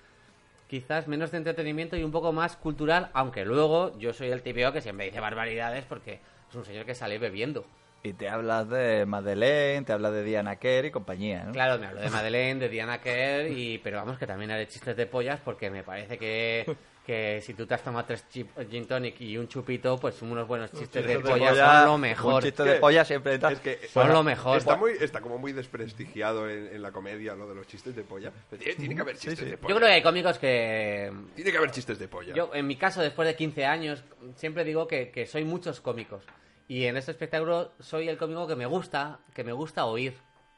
Speaker 3: quizás menos de entretenimiento y un poco más cultural, aunque luego yo soy el típico que siempre dice barbaridades porque es un señor que sale bebiendo.
Speaker 1: Y te hablas de Madeleine, te hablas de Diana Kerr y compañía, ¿no?
Speaker 3: Claro, me hablo de Madeleine, de Diana Kerr, y, pero vamos, que también haré chistes de pollas porque me parece que, que si tú te has tomado tres chip, gin tonic y un chupito, pues unos buenos chistes de
Speaker 1: Chiste de
Speaker 3: pollas
Speaker 1: polla,
Speaker 3: son lo
Speaker 1: Un
Speaker 3: mejor.
Speaker 1: chiste de
Speaker 2: ¿Qué?
Speaker 1: polla siempre está-
Speaker 2: Es que
Speaker 3: Son pues lo mejor. pues.
Speaker 2: Está, muy, está como muy desprestigiado en, en la comedia lo de los chistes de polla. Pero Tiene, tiene que haber chistes de polla.
Speaker 3: Yo creo que hay cómicos que...
Speaker 2: Tiene que haber chistes de polla.
Speaker 3: Yo, en mi caso, después de 15 años, siempre digo que, que soy muchos cómicos. Y en este espectáculo soy el cómico que me gusta, que me gusta oír.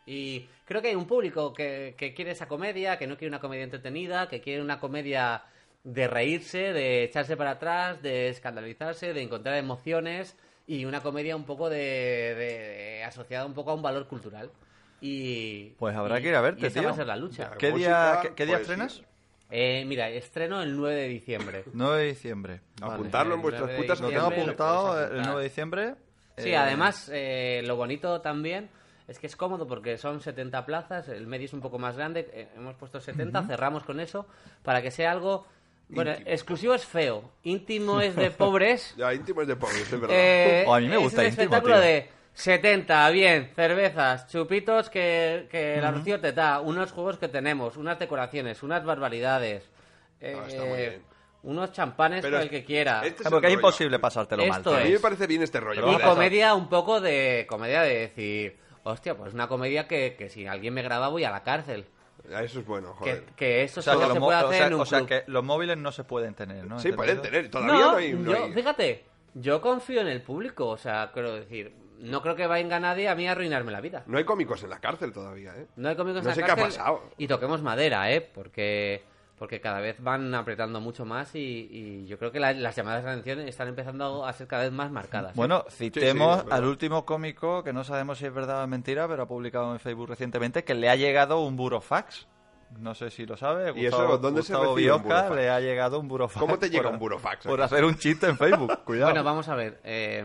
Speaker 3: Y creo que hay un público que, que quiere esa comedia, que no quiere una comedia entretenida, que quiere una comedia de reírse, de echarse para atrás, de escandalizarse, de encontrar emociones y una comedia un poco de, de- de- asociada un poco a un valor cultural. Y
Speaker 1: Pues habrá
Speaker 3: y-
Speaker 1: que ir a verte,
Speaker 3: y esa
Speaker 1: tío.
Speaker 3: va a ser la lucha.
Speaker 2: Ya.
Speaker 1: ¿Qué
Speaker 2: Música, pues,
Speaker 1: día, qué, qué día
Speaker 2: poesía.
Speaker 1: estrenas?
Speaker 3: Eh, mira, estreno el 9 de diciembre.
Speaker 1: 9 de diciembre.
Speaker 2: Apuntar. Apuntarlo en
Speaker 3: El
Speaker 2: vuestras
Speaker 3: 9 de
Speaker 2: putas
Speaker 1: Lo
Speaker 2: Lo
Speaker 1: tengo
Speaker 3: diciembre
Speaker 2: podéis
Speaker 1: apuntado
Speaker 3: podéis
Speaker 1: el
Speaker 3: apuntar.
Speaker 1: 9 de diciembre.
Speaker 3: Sí,
Speaker 1: Eh,
Speaker 3: además, eh, lo bonito también es que es cómodo porque son 70 plazas, el medio es un poco más grande, eh, hemos puesto 70, cerramos con eso, para que sea algo... Bueno,
Speaker 2: Íntimo.
Speaker 3: exclusivo es feo, íntimo es de pobres.
Speaker 2: Ya, íntimos de pobres, es verdad.
Speaker 3: eh,
Speaker 1: Oh, a mí me gusta
Speaker 3: es un
Speaker 1: íntimo,
Speaker 3: espectáculo
Speaker 1: tío.
Speaker 3: de 70, bien, cervezas, chupitos que, que el anuncio te da, unos juegos que tenemos, unas decoraciones, unas barbaridades,
Speaker 2: Ah, está muy
Speaker 3: eh,
Speaker 2: bien.
Speaker 3: unos champanes
Speaker 2: Pero
Speaker 3: para el
Speaker 2: es-
Speaker 3: que quiera.
Speaker 2: este
Speaker 1: ah, porque es
Speaker 2: rollo.
Speaker 1: imposible pasártelo mal.
Speaker 3: Esto
Speaker 1: tío.
Speaker 2: A mí me
Speaker 3: es.
Speaker 2: parece bien este rollo.
Speaker 1: Pero
Speaker 3: Y
Speaker 1: Vale.
Speaker 3: comedia un poco de... Comedia de decir... Hostia, pues una comedia que, que si alguien me graba voy a la cárcel.
Speaker 2: Ah, Eso es bueno,
Speaker 3: Que,
Speaker 2: joder.
Speaker 3: que eso
Speaker 1: O sea, que
Speaker 3: solo
Speaker 1: los
Speaker 3: se
Speaker 1: mo-
Speaker 3: puede
Speaker 1: o
Speaker 3: hacer
Speaker 1: sea-
Speaker 3: en un
Speaker 1: o sea,
Speaker 3: club.
Speaker 1: que los móviles no se pueden tener, ¿no?
Speaker 2: Sí, pueden
Speaker 1: ¿Entendido?
Speaker 2: tener. Todavía no, hay. no
Speaker 3: yo-
Speaker 2: hay-
Speaker 3: Fíjate, yo confío en el público. O sea, quiero decir... No creo que venga nadie a mí a arruinarme la vida.
Speaker 2: no hay cómicos en la cárcel todavía, ¿eh?
Speaker 3: No hay cómicos en
Speaker 2: No
Speaker 3: la
Speaker 2: sé qué ha
Speaker 3: cárcel.
Speaker 2: pasado.
Speaker 3: Y toquemos madera, ¿eh? Porque, porque cada vez van apretando mucho más y, y yo creo que la- las llamadas de atención están empezando a ser cada vez más marcadas. ¿eh?
Speaker 1: Bueno,
Speaker 2: Sí,
Speaker 1: citemos
Speaker 2: sí, es
Speaker 1: al
Speaker 2: verdad.
Speaker 1: último cómico, que no sabemos si es verdad o mentira, pero ha publicado en Facebook recientemente que le ha llegado un burofax. No sé si lo sabe.
Speaker 2: ¿Y eso dónde se
Speaker 1: Gustavo
Speaker 2: recibe un
Speaker 1: Biosca
Speaker 2: burofax?
Speaker 1: le ha llegado un burofax.
Speaker 2: ¿Cómo te llega
Speaker 1: por-
Speaker 2: un burofax?
Speaker 1: Por hacer un chiste en Facebook. Cuidado.
Speaker 3: Bueno, vamos a ver. eh,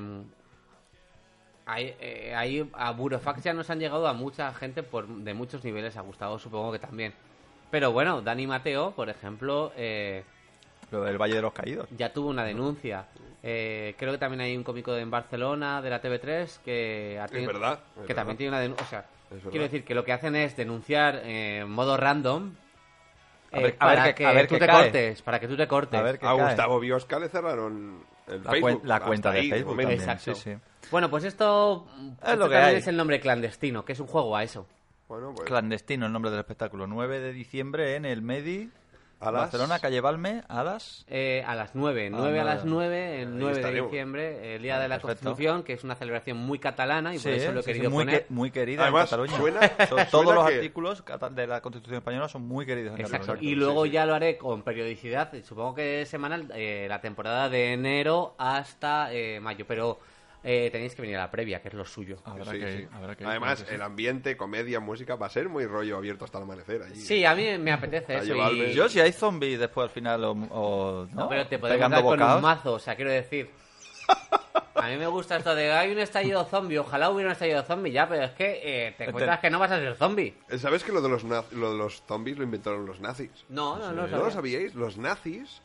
Speaker 3: hay, eh, hay- a Burofax ya nos han llegado a mucha gente por, de muchos niveles. A Gustavo supongo que también. Pero bueno, Dani Mateo, por ejemplo, eh,
Speaker 1: Lo del Valle de los Caídos.
Speaker 3: ya tuvo una denuncia. Eh, creo que también hay un cómico en Barcelona de la TV3 que, ha tenido-
Speaker 2: verdad, es
Speaker 3: que
Speaker 2: verdad.
Speaker 3: también tiene una denuncia. O sea,
Speaker 2: verdad.
Speaker 3: quiero decir que lo que hacen es denunciar eh, en modo random
Speaker 1: A
Speaker 3: eh,
Speaker 1: ver- a
Speaker 3: para
Speaker 1: ver qué-
Speaker 3: que
Speaker 1: a ver
Speaker 3: tú
Speaker 1: qué
Speaker 3: te
Speaker 1: cae.
Speaker 3: cortes, para que tú te cortes.
Speaker 1: A ver qué
Speaker 2: A
Speaker 1: cae.
Speaker 2: Gustavo Biosca le cerraron el
Speaker 1: La
Speaker 2: Facebook.
Speaker 1: cuen- la cuenta
Speaker 2: Hasta
Speaker 1: de
Speaker 2: ahí,
Speaker 1: Facebook
Speaker 2: momento.
Speaker 1: también.
Speaker 3: Exacto.
Speaker 1: sí,
Speaker 3: Bueno, pues esto,
Speaker 1: Es
Speaker 3: esto
Speaker 1: lo que
Speaker 3: también
Speaker 1: hay.
Speaker 3: es el nombre clandestino, que es un juego a eso.
Speaker 2: Bueno, pues,
Speaker 1: Clandestino, el nombre del espectáculo. 9 de diciembre en el Medi.
Speaker 2: A las-
Speaker 1: Barcelona, Calle Balme, a las...
Speaker 3: Eh, a las 9,
Speaker 1: Ah,
Speaker 3: 9 a
Speaker 1: nada.
Speaker 3: las 9,
Speaker 2: Ahí
Speaker 3: el 9 de
Speaker 2: estaremos.
Speaker 3: diciembre, el Día de la
Speaker 1: Perfecto.
Speaker 3: Constitución, que es una celebración muy catalana y por eso lo he
Speaker 1: sí, sí,
Speaker 3: querido
Speaker 1: muy,
Speaker 3: poner.
Speaker 1: que- muy querida
Speaker 2: Además,
Speaker 1: en Cataluña.
Speaker 2: suena-
Speaker 1: So-
Speaker 2: suena
Speaker 1: todos los
Speaker 2: que-
Speaker 1: artículos cata- de la Constitución Española son muy queridos en
Speaker 3: Exacto.
Speaker 1: Cataluña.
Speaker 3: Y
Speaker 2: sí,
Speaker 3: luego
Speaker 2: sí.
Speaker 3: ya lo haré con periodicidad, eh, supongo que semanal, eh, la temporada de enero hasta eh, mayo, pero eh, tenéis que venir a la previa, que es lo suyo.
Speaker 1: Habrá
Speaker 2: sí,
Speaker 1: que
Speaker 2: sí.
Speaker 1: ir, habrá que ir,
Speaker 2: Además,
Speaker 1: claro que sí.
Speaker 2: el ambiente, comedia, música va a ser muy rollo abierto hasta el amanecer allí. ¿eh?
Speaker 3: Sí, a mí me apetece
Speaker 2: A
Speaker 3: eso.
Speaker 2: llevarme-
Speaker 3: y-
Speaker 1: Yo, si hay zombies después al final o... o-
Speaker 3: No,
Speaker 1: ¿no?
Speaker 3: pero te podemos
Speaker 1: Pegando
Speaker 3: dar con un
Speaker 1: bocaos.
Speaker 3: mazo, o sea, quiero decir. A mí me gusta esto de hay un estallido zombie, ojalá hubiera un estallido zombie ya, pero es que eh, te encuentras que no vas a ser zombie.
Speaker 2: Eh, ¿Sabes que lo de, los naz- lo de los zombies lo inventaron los nazis?
Speaker 3: No, no, no,
Speaker 2: ¿No lo sabíais? Los nazis,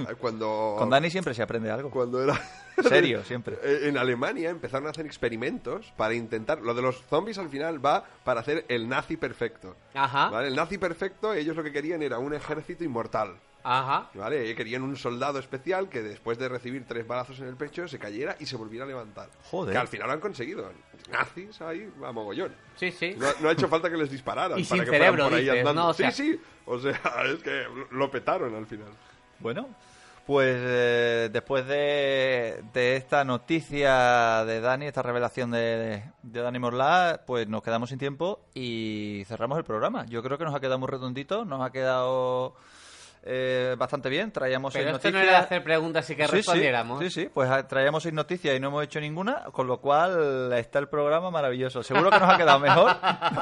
Speaker 2: eh, cuando...
Speaker 1: Con Dani siempre se aprende algo.
Speaker 2: Cuando era...
Speaker 1: Serio, siempre.
Speaker 2: Eh, En Alemania empezaron a hacer experimentos para intentar... Lo de los zombies al final va para hacer el nazi perfecto.
Speaker 3: Ajá.
Speaker 2: ¿Vale? El nazi perfecto, ellos lo que querían era un ejército inmortal.
Speaker 3: Ajá.
Speaker 2: ¿Vale? Eh, Querían un soldado especial que después de recibir tres balazos en el pecho se cayera y se volviera a levantar.
Speaker 1: Joder.
Speaker 2: Que al final lo han conseguido. Nazis ahí a mogollón.
Speaker 3: Sí, sí.
Speaker 2: No, no ha hecho falta que les dispararan
Speaker 3: Y
Speaker 2: para
Speaker 3: sin
Speaker 2: que fueran
Speaker 3: cerebro,
Speaker 2: por ahí
Speaker 3: dices,
Speaker 2: andando.
Speaker 3: ¿no? O
Speaker 2: sí,
Speaker 3: sea-
Speaker 2: sí. O sea, es que lo petaron al final.
Speaker 1: Bueno, pues eh, después de, de esta noticia de Dani, esta revelación de, de Dani Morlá, pues nos quedamos sin tiempo y cerramos el programa. Yo creo que nos ha quedado muy redondito, nos ha quedado eh, bastante bien. Traíamos seis
Speaker 3: Pero esto no
Speaker 1: noticias.
Speaker 3: era hacer preguntas y que
Speaker 1: Sí, sí,
Speaker 3: respondiéramos.
Speaker 1: Sí, sí, pues ah, traíamos seis noticias y no hemos hecho ninguna, con lo cual está el programa maravilloso. Seguro que nos ha quedado mejor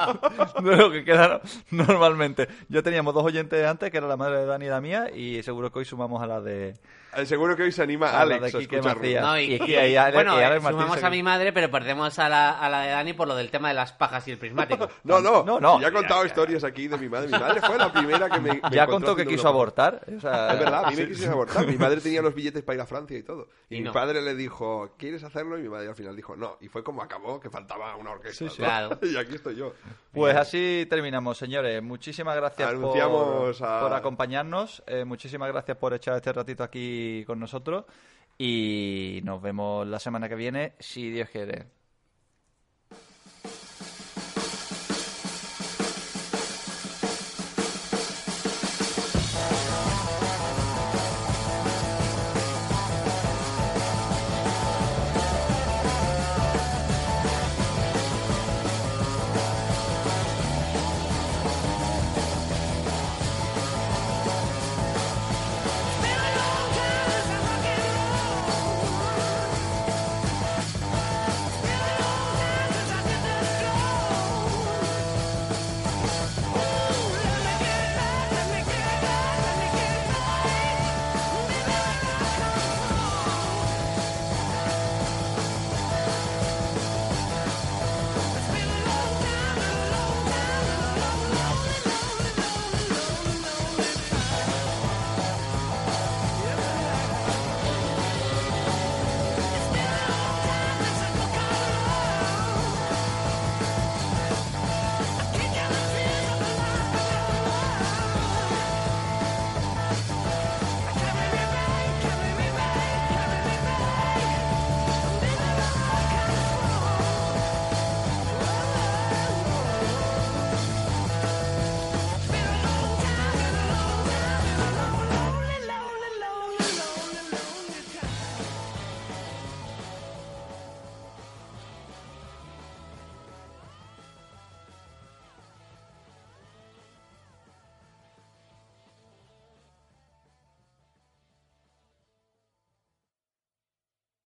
Speaker 1: de lo que queda normalmente. Ya teníamos dos oyentes antes, que era la madre de Dani y la mía, y seguro que hoy sumamos a la de,
Speaker 2: Eh, Seguro que hoy se anima
Speaker 1: Habla
Speaker 2: Alex
Speaker 1: de
Speaker 2: a
Speaker 1: Quique
Speaker 2: escucharlo.
Speaker 1: Macías.
Speaker 3: No,
Speaker 1: Y
Speaker 3: y,
Speaker 1: aquí hay Ale-
Speaker 3: bueno,
Speaker 1: y Ale
Speaker 3: eh,
Speaker 1: Martín
Speaker 3: sumamos
Speaker 1: se-
Speaker 3: a mi madre, pero perdemos a la, a la de Dani por lo del tema de las pajas y el prismático.
Speaker 2: No, no,
Speaker 1: No, no.
Speaker 2: Ya he contado historias aquí de mi madre. Mi madre fue la primera que me. me
Speaker 1: Ya
Speaker 2: encontró
Speaker 1: contó que
Speaker 2: haciendo
Speaker 1: quiso
Speaker 2: una-
Speaker 1: abortar. o sea,
Speaker 2: Es verdad, a mí me
Speaker 1: sí.
Speaker 2: quisieron abortar. Mi madre tenía los billetes para ir a Francia y todo. Y,
Speaker 3: Y
Speaker 2: mi
Speaker 3: no.
Speaker 2: padre le dijo, ¿quieres hacerlo? Y mi madre al final dijo, no. Y fue como acabó, que faltaba una orquesta.
Speaker 1: Sí, sí.
Speaker 2: ¿no?
Speaker 3: Claro.
Speaker 2: y aquí estoy yo.
Speaker 1: Pues así terminamos, señores. Muchísimas gracias por,
Speaker 2: Anunciamos a-
Speaker 1: por acompañarnos. eh, muchísimas gracias por echar este ratito aquí con nosotros. Y nos vemos la semana que viene, si Dios quiere.